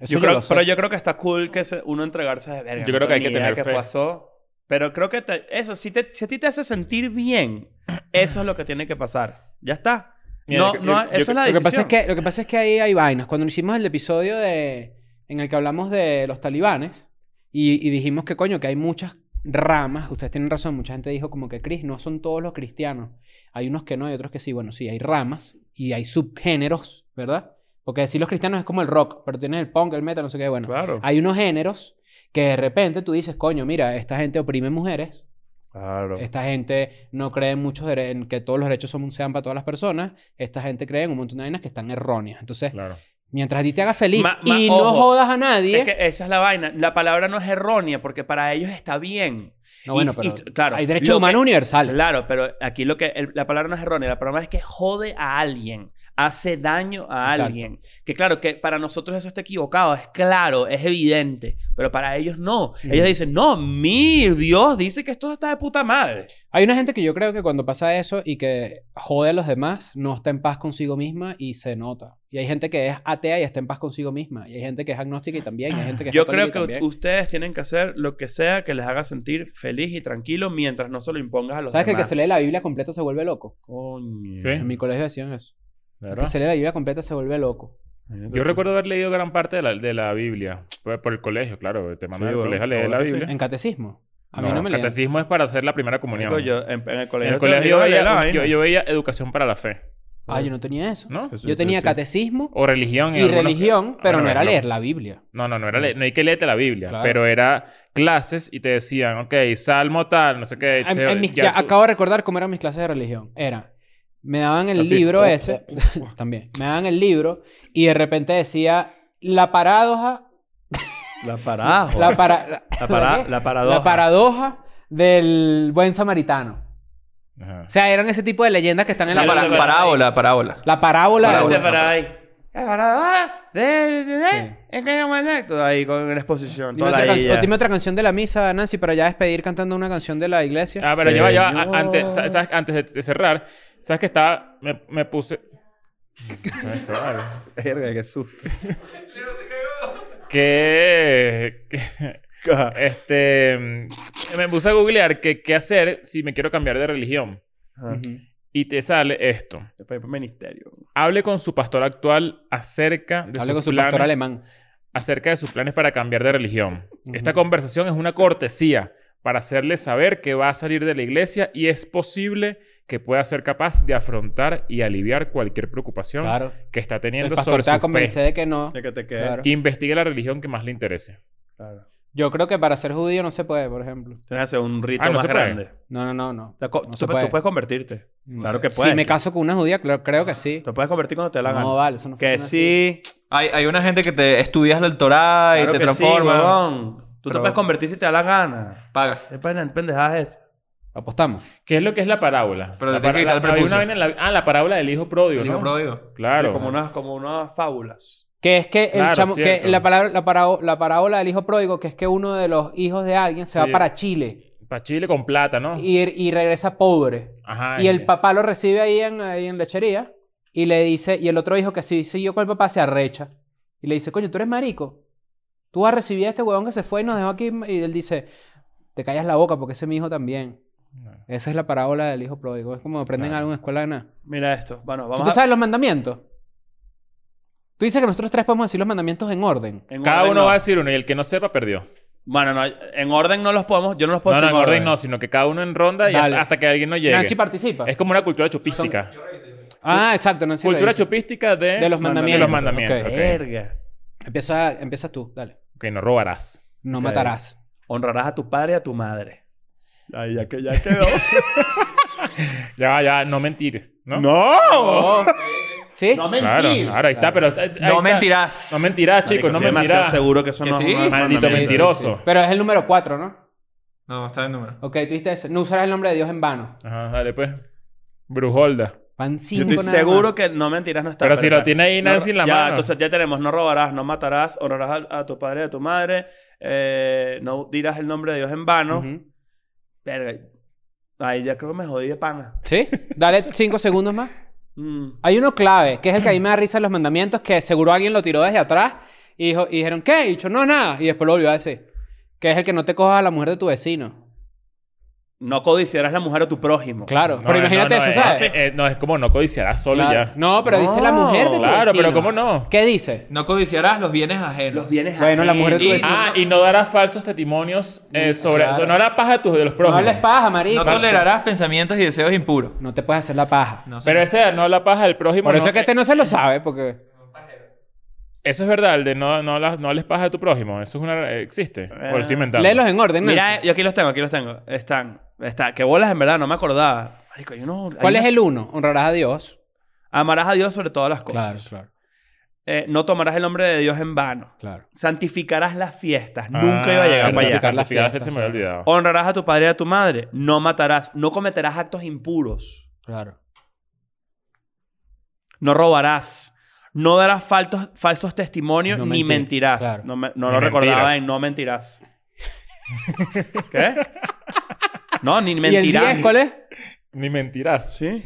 Speaker 3: Eso
Speaker 4: Yo creo-
Speaker 3: lo sé.
Speaker 4: pero yo creo que está cool que se- uno entregarse de verga.
Speaker 2: Yo
Speaker 4: no
Speaker 2: creo que
Speaker 4: tengo
Speaker 2: hay que
Speaker 4: ni idea
Speaker 2: tener
Speaker 4: qué
Speaker 2: fe.
Speaker 4: pasó. Pero creo que te- eso, si, te- si a ti te hace sentir bien, eso es lo que tiene que pasar. Ya está.
Speaker 2: Mira,
Speaker 4: no,
Speaker 2: yo-
Speaker 4: no,
Speaker 2: yo-
Speaker 4: eso es la
Speaker 3: Lo que,
Speaker 4: decisión.
Speaker 3: pasa es que, lo que pasa es que ahí hay vainas. Cuando hicimos el episodio de, en el que hablamos de los talibanes y, y dijimos que coño, que hay muchas ramas, ustedes tienen razón, mucha gente dijo como que Cris, no son todos los cristianos. Hay unos que no, hay otros que sí. Bueno, sí, hay ramas y hay subgéneros, ¿verdad? Porque decir los cristianos es como el rock, pero tienes el punk, el metal, no sé qué. Bueno,
Speaker 4: Claro.
Speaker 3: hay unos géneros que de repente tú dices, coño, mira, esta gente oprime mujeres,
Speaker 4: Claro.
Speaker 3: esta gente no cree en muchos dere- en que todos los derechos son, sean para todas las personas. Esta gente cree en un montón de vainas que están erróneas. Entonces,
Speaker 2: Claro.
Speaker 3: mientras a ti te haga feliz
Speaker 4: Ma- ma-
Speaker 3: y no
Speaker 4: ojo.
Speaker 3: jodas a nadie.
Speaker 4: Es que esa es la vaina. La palabra no es errónea porque para ellos está bien.
Speaker 3: No, bueno,
Speaker 4: y-
Speaker 3: pero
Speaker 4: y- claro,
Speaker 3: hay
Speaker 4: lo
Speaker 3: derechos
Speaker 4: que-
Speaker 3: humanos universales.
Speaker 4: Claro, pero aquí lo que el- la palabra no es errónea. La palabra es que jode a alguien. hace daño a
Speaker 3: Exacto.
Speaker 4: alguien. Que claro, que para nosotros eso está equivocado, es claro, es evidente, pero para ellos no. Ellos dicen, no, mi Dios dice que esto está de puta madre.
Speaker 3: Hay una gente que yo creo que cuando pasa eso y que jode a los demás, no está en paz consigo misma y se nota. Y hay gente que es atea y está en paz consigo misma. Y hay gente que es agnóstica y también. Y hay gente que es
Speaker 4: Yo
Speaker 3: católica
Speaker 4: creo
Speaker 3: y
Speaker 4: que
Speaker 3: también.
Speaker 4: ustedes tienen que hacer lo que sea que les haga sentir feliz y tranquilo mientras no se lo impongas a los
Speaker 3: ¿Sabes que el que
Speaker 4: demás.
Speaker 3: se lee la Biblia completa se vuelve loco?
Speaker 4: Coño.
Speaker 2: Sí.
Speaker 3: En mi colegio decían eso.
Speaker 2: ¿De
Speaker 3: El
Speaker 2: verdad?
Speaker 3: que se lee la Biblia completa se vuelve loco.
Speaker 2: Yo recuerdo haber leído gran parte de la, de la Biblia. pues, Por, por el colegio, claro. Te mandan
Speaker 4: Sí,
Speaker 2: al
Speaker 4: bueno,
Speaker 2: colegio a leer
Speaker 4: ahora
Speaker 2: la
Speaker 4: sí.
Speaker 2: Biblia.
Speaker 3: En catecismo. A mí no, me
Speaker 2: el
Speaker 3: leían.
Speaker 2: catecismo es para hacer la primera comunión.
Speaker 4: Marico, yo- en, en el colegio,
Speaker 2: en el
Speaker 4: te
Speaker 2: colegio yo
Speaker 4: obligan a leer la
Speaker 2: veía,
Speaker 4: vaina.
Speaker 2: yo, yo veía educación para la fe,
Speaker 3: Ah, yo no tenía eso.
Speaker 2: ¿no?
Speaker 6: Eso
Speaker 3: Yo
Speaker 6: sí,
Speaker 3: tenía
Speaker 6: sí.
Speaker 3: catecismo
Speaker 2: O religión. en
Speaker 3: y
Speaker 2: algunos-
Speaker 3: religión, pero
Speaker 2: Bueno,
Speaker 3: no era
Speaker 2: no.
Speaker 3: leer la Biblia.
Speaker 2: No, no, no era le- no hay que leerte la Biblia,
Speaker 3: Mm. Claro.
Speaker 2: pero era clases y te decían, ok, salmo tal, no sé qué.
Speaker 3: En-
Speaker 2: se-
Speaker 3: en mis-
Speaker 2: Eh, ya
Speaker 3: ya
Speaker 2: tú-
Speaker 3: acabo de recordar cómo eran mis clases de religión. Era, me daban el
Speaker 6: Así.
Speaker 3: libro ese, también, me daban el libro y de repente decía la paradoja,
Speaker 4: La paradoja.
Speaker 3: la, para- la,
Speaker 4: Oh. La, para-
Speaker 3: ¿qué?
Speaker 4: la paradoja.
Speaker 3: la paradoja del buen samaritano.
Speaker 2: Ajá.
Speaker 3: O sea, eran ese tipo de leyendas que están en
Speaker 5: La
Speaker 3: la,
Speaker 5: para-
Speaker 3: parábola.
Speaker 5: parábola, parábola.
Speaker 3: La parábola.
Speaker 4: Para-
Speaker 3: de-
Speaker 4: para- para ahí. La paradoja de- de- de-
Speaker 3: Sí.
Speaker 4: es que no me- Todo ahí con una exposición.
Speaker 3: Dime
Speaker 4: Toda
Speaker 3: otra,
Speaker 4: la
Speaker 3: canción-
Speaker 4: idea.
Speaker 3: dime otra canción de la misa, Nancy, para ya despedir cantando una canción de la iglesia.
Speaker 2: Ah, pero ya va, ya va.
Speaker 4: Señor.
Speaker 2: A- Antes, sa- ¿sabes? antes de, de cerrar, ¿sabes que estaba? Me, me puse. Eso, vale.
Speaker 6: Verga, qué susto.
Speaker 2: que, que- Este. Me puse a googlear que- qué hacer si me quiero cambiar de religión.
Speaker 4: Ajá.
Speaker 3: Ujú.
Speaker 2: Y te sale esto.
Speaker 4: Para ir por ministerio.
Speaker 2: Hable con su pastor actual acerca de sus
Speaker 3: Hable con su
Speaker 2: planes-
Speaker 3: pastor alemán.
Speaker 2: acerca de sus planes para cambiar de religión.
Speaker 3: Ujú.
Speaker 2: Esta conversación es una cortesía para hacerle saber que va a salir de la iglesia y es posible que pueda ser capaz de afrontar y aliviar cualquier preocupación
Speaker 3: Claro.
Speaker 2: que está
Speaker 3: El
Speaker 2: teniendo
Speaker 3: pastor
Speaker 2: sobre
Speaker 3: te va a
Speaker 2: su
Speaker 3: convencer
Speaker 2: fe.
Speaker 3: de que no.
Speaker 4: De que te quede.
Speaker 3: Claro.
Speaker 2: Investigue la religión que más le interese.
Speaker 4: Claro.
Speaker 3: Yo creo que para ser judío no se puede, por ejemplo.
Speaker 4: Tienes que hacer un rito
Speaker 2: Ah, no
Speaker 4: más
Speaker 2: se puede.
Speaker 4: grande.
Speaker 3: No, no, no, no.
Speaker 4: Te co-
Speaker 3: No
Speaker 4: tú,
Speaker 3: se
Speaker 4: puedes-
Speaker 3: puede.
Speaker 4: tú puedes convertirte. Claro que
Speaker 3: Si
Speaker 4: puedes.
Speaker 3: me caso con una judía, creo, creo que sí.
Speaker 4: Te puedes convertir cuando te dé la gana.
Speaker 3: No, vale, eso no
Speaker 4: que
Speaker 3: funciona
Speaker 4: sí.
Speaker 5: Hay, hay una gente que te estudias el Torah
Speaker 4: claro
Speaker 5: y te
Speaker 4: que sí,
Speaker 5: transforma.
Speaker 4: huevón. Tú te
Speaker 5: Pero-
Speaker 4: puedes convertir si te da la gana.
Speaker 5: Pagas.
Speaker 4: Es para pendejadas esas.
Speaker 3: Apostamos.
Speaker 2: ¿Qué es lo que es la parábola?
Speaker 5: Pero
Speaker 2: la
Speaker 5: te tienes que quitar el
Speaker 2: la- hay una
Speaker 5: prepucio.
Speaker 2: vaina en la- Ah, la parábola del hijo pródigo,
Speaker 5: El hijo
Speaker 2: ¿no?
Speaker 5: pródigo.
Speaker 2: Claro.
Speaker 4: Como unas, como unas fábulas.
Speaker 3: Que es que el
Speaker 2: Claro,
Speaker 3: chamo, que
Speaker 2: cierto.
Speaker 3: la, palabra, la, parao- la parábola del hijo pródigo, que es que uno de los hijos de alguien se va
Speaker 2: Sí.
Speaker 3: para Chile
Speaker 2: Para Chile con plata, ¿no?
Speaker 3: y, y regresa pobre.
Speaker 2: Ajá.
Speaker 3: Y el papá lo recibe ahí en, ahí en lechería y le dice, y el otro hijo que sí siguió con el papá se arrecha. Y le dice, coño, tú eres marico. Tú vas a recibir a este huevón que se fue y nos dejó aquí. Y él dice, te callas la boca porque ese es mi hijo también. Esa es la parábola del hijo pródigo. Es como aprenden
Speaker 2: Claro.
Speaker 3: algo en escuela de nada.
Speaker 4: Mira esto. Bueno,
Speaker 3: ¿Tú
Speaker 4: vamos
Speaker 3: te
Speaker 4: a...
Speaker 3: sabes los mandamientos? Tú dices que nosotros tres podemos decir los mandamientos en orden.
Speaker 4: en
Speaker 2: Cada
Speaker 4: orden
Speaker 2: uno
Speaker 4: no.
Speaker 2: va a decir uno y el que no sepa perdió.
Speaker 4: Bueno, no. En orden no los podemos... Yo no
Speaker 3: Pues
Speaker 4: los puedo
Speaker 2: No, no,
Speaker 4: decir
Speaker 2: en orden no, sino que cada uno en ronda y
Speaker 3: Dale.
Speaker 2: hasta, hasta que alguien no llegue.
Speaker 3: Nancy participa.
Speaker 2: Es como una cultura chupística.
Speaker 3: Ah, exacto. Nancy lo
Speaker 2: cultura
Speaker 3: dice.
Speaker 2: chupística de...
Speaker 3: De los
Speaker 2: de
Speaker 3: mandamientos.
Speaker 2: los mandamientos.
Speaker 3: Ok.
Speaker 2: ok.
Speaker 4: Verga.
Speaker 3: Empieza, empieza tú, dale.
Speaker 2: Ok, no robarás.
Speaker 3: No
Speaker 4: Ok.
Speaker 3: matarás.
Speaker 4: Honrarás a tu padre y a tu madre. Ay, ya que ya quedó.
Speaker 2: Ya, va, ya, va, no mentir. ¿No?
Speaker 4: ¡No!
Speaker 3: Oh. ¿Sí?
Speaker 2: Claro, ahora ahí está,
Speaker 3: Claro.
Speaker 2: pero... está- ahí
Speaker 5: No
Speaker 2: está.
Speaker 5: mentirás.
Speaker 2: No mentirás,
Speaker 4: Marico,
Speaker 2: chicos, no
Speaker 4: estoy demasiado
Speaker 2: mentirás.
Speaker 4: seguro que eso
Speaker 5: Que
Speaker 4: no
Speaker 5: sí.
Speaker 4: es un
Speaker 2: Maldito
Speaker 4: mandamiento.
Speaker 2: mentiroso.
Speaker 3: Pero es el número 4, ¿no?
Speaker 5: No, está el número.
Speaker 3: Ok, tú dijiste eso. No usarás el nombre de Dios en vano.
Speaker 2: Ajá, dale pues. Brujolda.
Speaker 3: Van
Speaker 4: Yo
Speaker 3: cinco
Speaker 4: estoy
Speaker 3: nada más.
Speaker 4: seguro que no mentirás no está.
Speaker 2: Pero si lo
Speaker 4: está.
Speaker 2: tiene ahí Nancy en la
Speaker 4: ya,
Speaker 2: mano.
Speaker 4: Entonces ya tenemos, no robarás, no matarás, honrarás a, a tu padre y a tu madre, eh, no dirás el nombre de Dios en vano.
Speaker 3: Ujú.
Speaker 4: Verga. Ay, ya creo que me jodí de pana.
Speaker 3: ¿Sí? Dale cinco segundos más.
Speaker 4: Mm.
Speaker 3: Hay uno clave, que es el que a mí me da risa en los mandamientos, que seguro alguien lo tiró desde atrás y, dijo, y dijeron, ¿qué? Y dicho, no, nada. Y después lo volvió a decir. Que es el que no te cojas a la mujer de tu vecino.
Speaker 4: No codiciarás la mujer o tu prójimo.
Speaker 3: Claro.
Speaker 2: No,
Speaker 3: pero
Speaker 2: eh,
Speaker 3: imagínate
Speaker 2: no, no,
Speaker 3: eso,
Speaker 2: eh,
Speaker 3: ¿sabes?
Speaker 2: eh, eh, no, es como no codiciarás solo y
Speaker 3: Claro.
Speaker 2: ya.
Speaker 3: No, pero dice
Speaker 4: No,
Speaker 3: la mujer de tu
Speaker 2: Claro,
Speaker 3: vecino.
Speaker 2: pero ¿cómo no?
Speaker 3: ¿Qué dice?
Speaker 5: No codiciarás los bienes ajenos.
Speaker 4: Los bienes
Speaker 3: Bueno, la mujer de tu
Speaker 5: Y-
Speaker 3: vecino.
Speaker 2: Ah, y no darás falsos testimonios eh,
Speaker 3: Mm,
Speaker 2: sobre...
Speaker 3: claro.
Speaker 2: eso. No harás paja de, tus, de los
Speaker 3: no
Speaker 2: prójimos.
Speaker 3: hables paja, marico.
Speaker 5: No tolerarás pensamientos y deseos impuros.
Speaker 3: No te puedes hacer la paja.
Speaker 5: No,
Speaker 2: Pero
Speaker 5: señor.
Speaker 2: ese de no la paja del prójimo...
Speaker 3: Por eso
Speaker 2: no- eh.
Speaker 3: es que este no se lo sabe, porque...
Speaker 2: Eso es verdad, el de no, no, la- no hables paja de tu prójimo. Eso es una... eh, Existe. o lo estoy inventando.
Speaker 3: Léelos en orden, Nancy.
Speaker 4: Mira, eh, yo aquí los tengo, aquí los tengo. Están, está. Que bolas en verdad, no me acordaba. Marico, yo no.
Speaker 3: ¿Cuál
Speaker 4: hay
Speaker 3: es
Speaker 4: una-
Speaker 3: el uno? Honrarás a Dios.
Speaker 4: Amarás a Dios sobre todas las cosas.
Speaker 3: claro,
Speaker 4: Eh, no tomarás el nombre de Dios en vano.
Speaker 3: claro.
Speaker 4: Santificarás las fiestas.
Speaker 2: Ah,
Speaker 4: Nunca iba a llegar
Speaker 2: sí,
Speaker 4: para allá.
Speaker 3: santificar las
Speaker 2: santificar las
Speaker 3: fiestas,
Speaker 2: fiestas se me había olvidado.
Speaker 4: Honrarás a tu padre y a tu madre. No matarás. No cometerás actos impuros.
Speaker 3: Claro.
Speaker 4: no robarás, no darás faltos, falsos testimonios
Speaker 3: No
Speaker 4: ni
Speaker 3: mentir,
Speaker 4: mentirás.
Speaker 3: claro.
Speaker 4: No, me- no
Speaker 2: Ni
Speaker 4: lo recordaba
Speaker 2: mentiras.
Speaker 4: en no mentirás. ¿Qué? No, ni
Speaker 3: ¿Y el
Speaker 4: mentirás.
Speaker 3: 10 cuál es?
Speaker 2: Ni mentirás.
Speaker 4: Sí.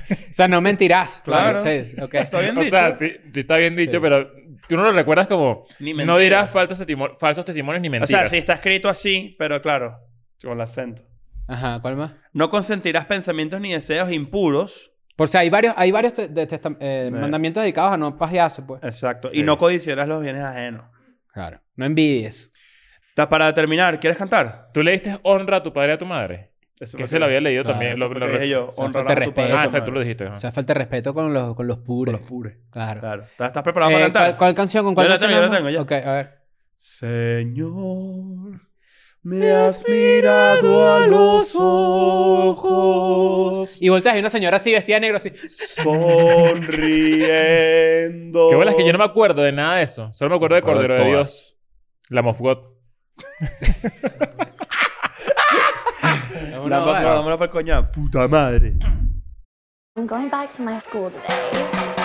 Speaker 3: O sea, no mentirás. Claro.
Speaker 4: Claro.
Speaker 3: sí, ok.
Speaker 4: Está bien
Speaker 2: O
Speaker 4: dicho.
Speaker 2: sea, sí, sí está bien dicho,
Speaker 3: Sí.
Speaker 2: pero tú no lo recuerdas como...
Speaker 4: Ni
Speaker 2: No dirás
Speaker 4: mentiras.
Speaker 2: falsos, testimo- falsos testimonios ni
Speaker 4: O
Speaker 2: mentiras.
Speaker 4: sea, sí está escrito así, pero claro, con el acento.
Speaker 3: Ajá, ¿cuál más?
Speaker 4: No consentirás pensamientos ni deseos impuros.
Speaker 3: Por si hay varios, hay varios te- de testam- eh,
Speaker 4: Eh.
Speaker 3: mandamientos dedicados a no pajearse, pues.
Speaker 4: Exacto.
Speaker 2: Sí.
Speaker 4: Y no codiciarás los bienes ajenos.
Speaker 3: Claro. No envidies.
Speaker 4: Ta- Para terminar, ¿quieres cantar?
Speaker 2: ¿Tú le diste honra a tu padre y a tu madre?
Speaker 4: Eso
Speaker 2: Que
Speaker 4: fue
Speaker 2: se lo había leído
Speaker 3: Claro,
Speaker 2: también.
Speaker 4: eso
Speaker 2: lo-
Speaker 4: fue
Speaker 2: lo-
Speaker 4: que dije yo.
Speaker 3: o sea,
Speaker 4: honrarás
Speaker 3: falta
Speaker 4: a tu padre y a
Speaker 2: Ah,
Speaker 4: tu
Speaker 2: exacto, tú lo
Speaker 4: madre.
Speaker 2: dijiste. ajá.
Speaker 3: O sea, falta de respeto con los, con los puros.
Speaker 4: Los puros.
Speaker 3: Claro.
Speaker 4: Claro. ¿Estás estás preparado
Speaker 3: Eh,
Speaker 4: para
Speaker 3: ¿cuál,
Speaker 4: cantar?
Speaker 3: cuál canción? ¿Con
Speaker 4: Yo
Speaker 3: cuál
Speaker 4: la
Speaker 3: canción
Speaker 4: tengo, yo la
Speaker 3: vamos?
Speaker 4: tengo, ya.
Speaker 3: Ok, a ver.
Speaker 4: Señor, me has mirado a los ojos
Speaker 3: Y volteas y una señora así vestida de negro así.
Speaker 4: sonriendo.
Speaker 2: Qué bolas que yo no me acuerdo de nada de eso. Solo me acuerdo de
Speaker 4: Me acuerdo de
Speaker 2: Cordero de
Speaker 4: todas.
Speaker 2: Dios. La Mofgot.
Speaker 4: La
Speaker 3: Vámonos,
Speaker 4: más
Speaker 3: vale.
Speaker 4: para el coñazo. Puta madre.
Speaker 1: I'm going back to my school today.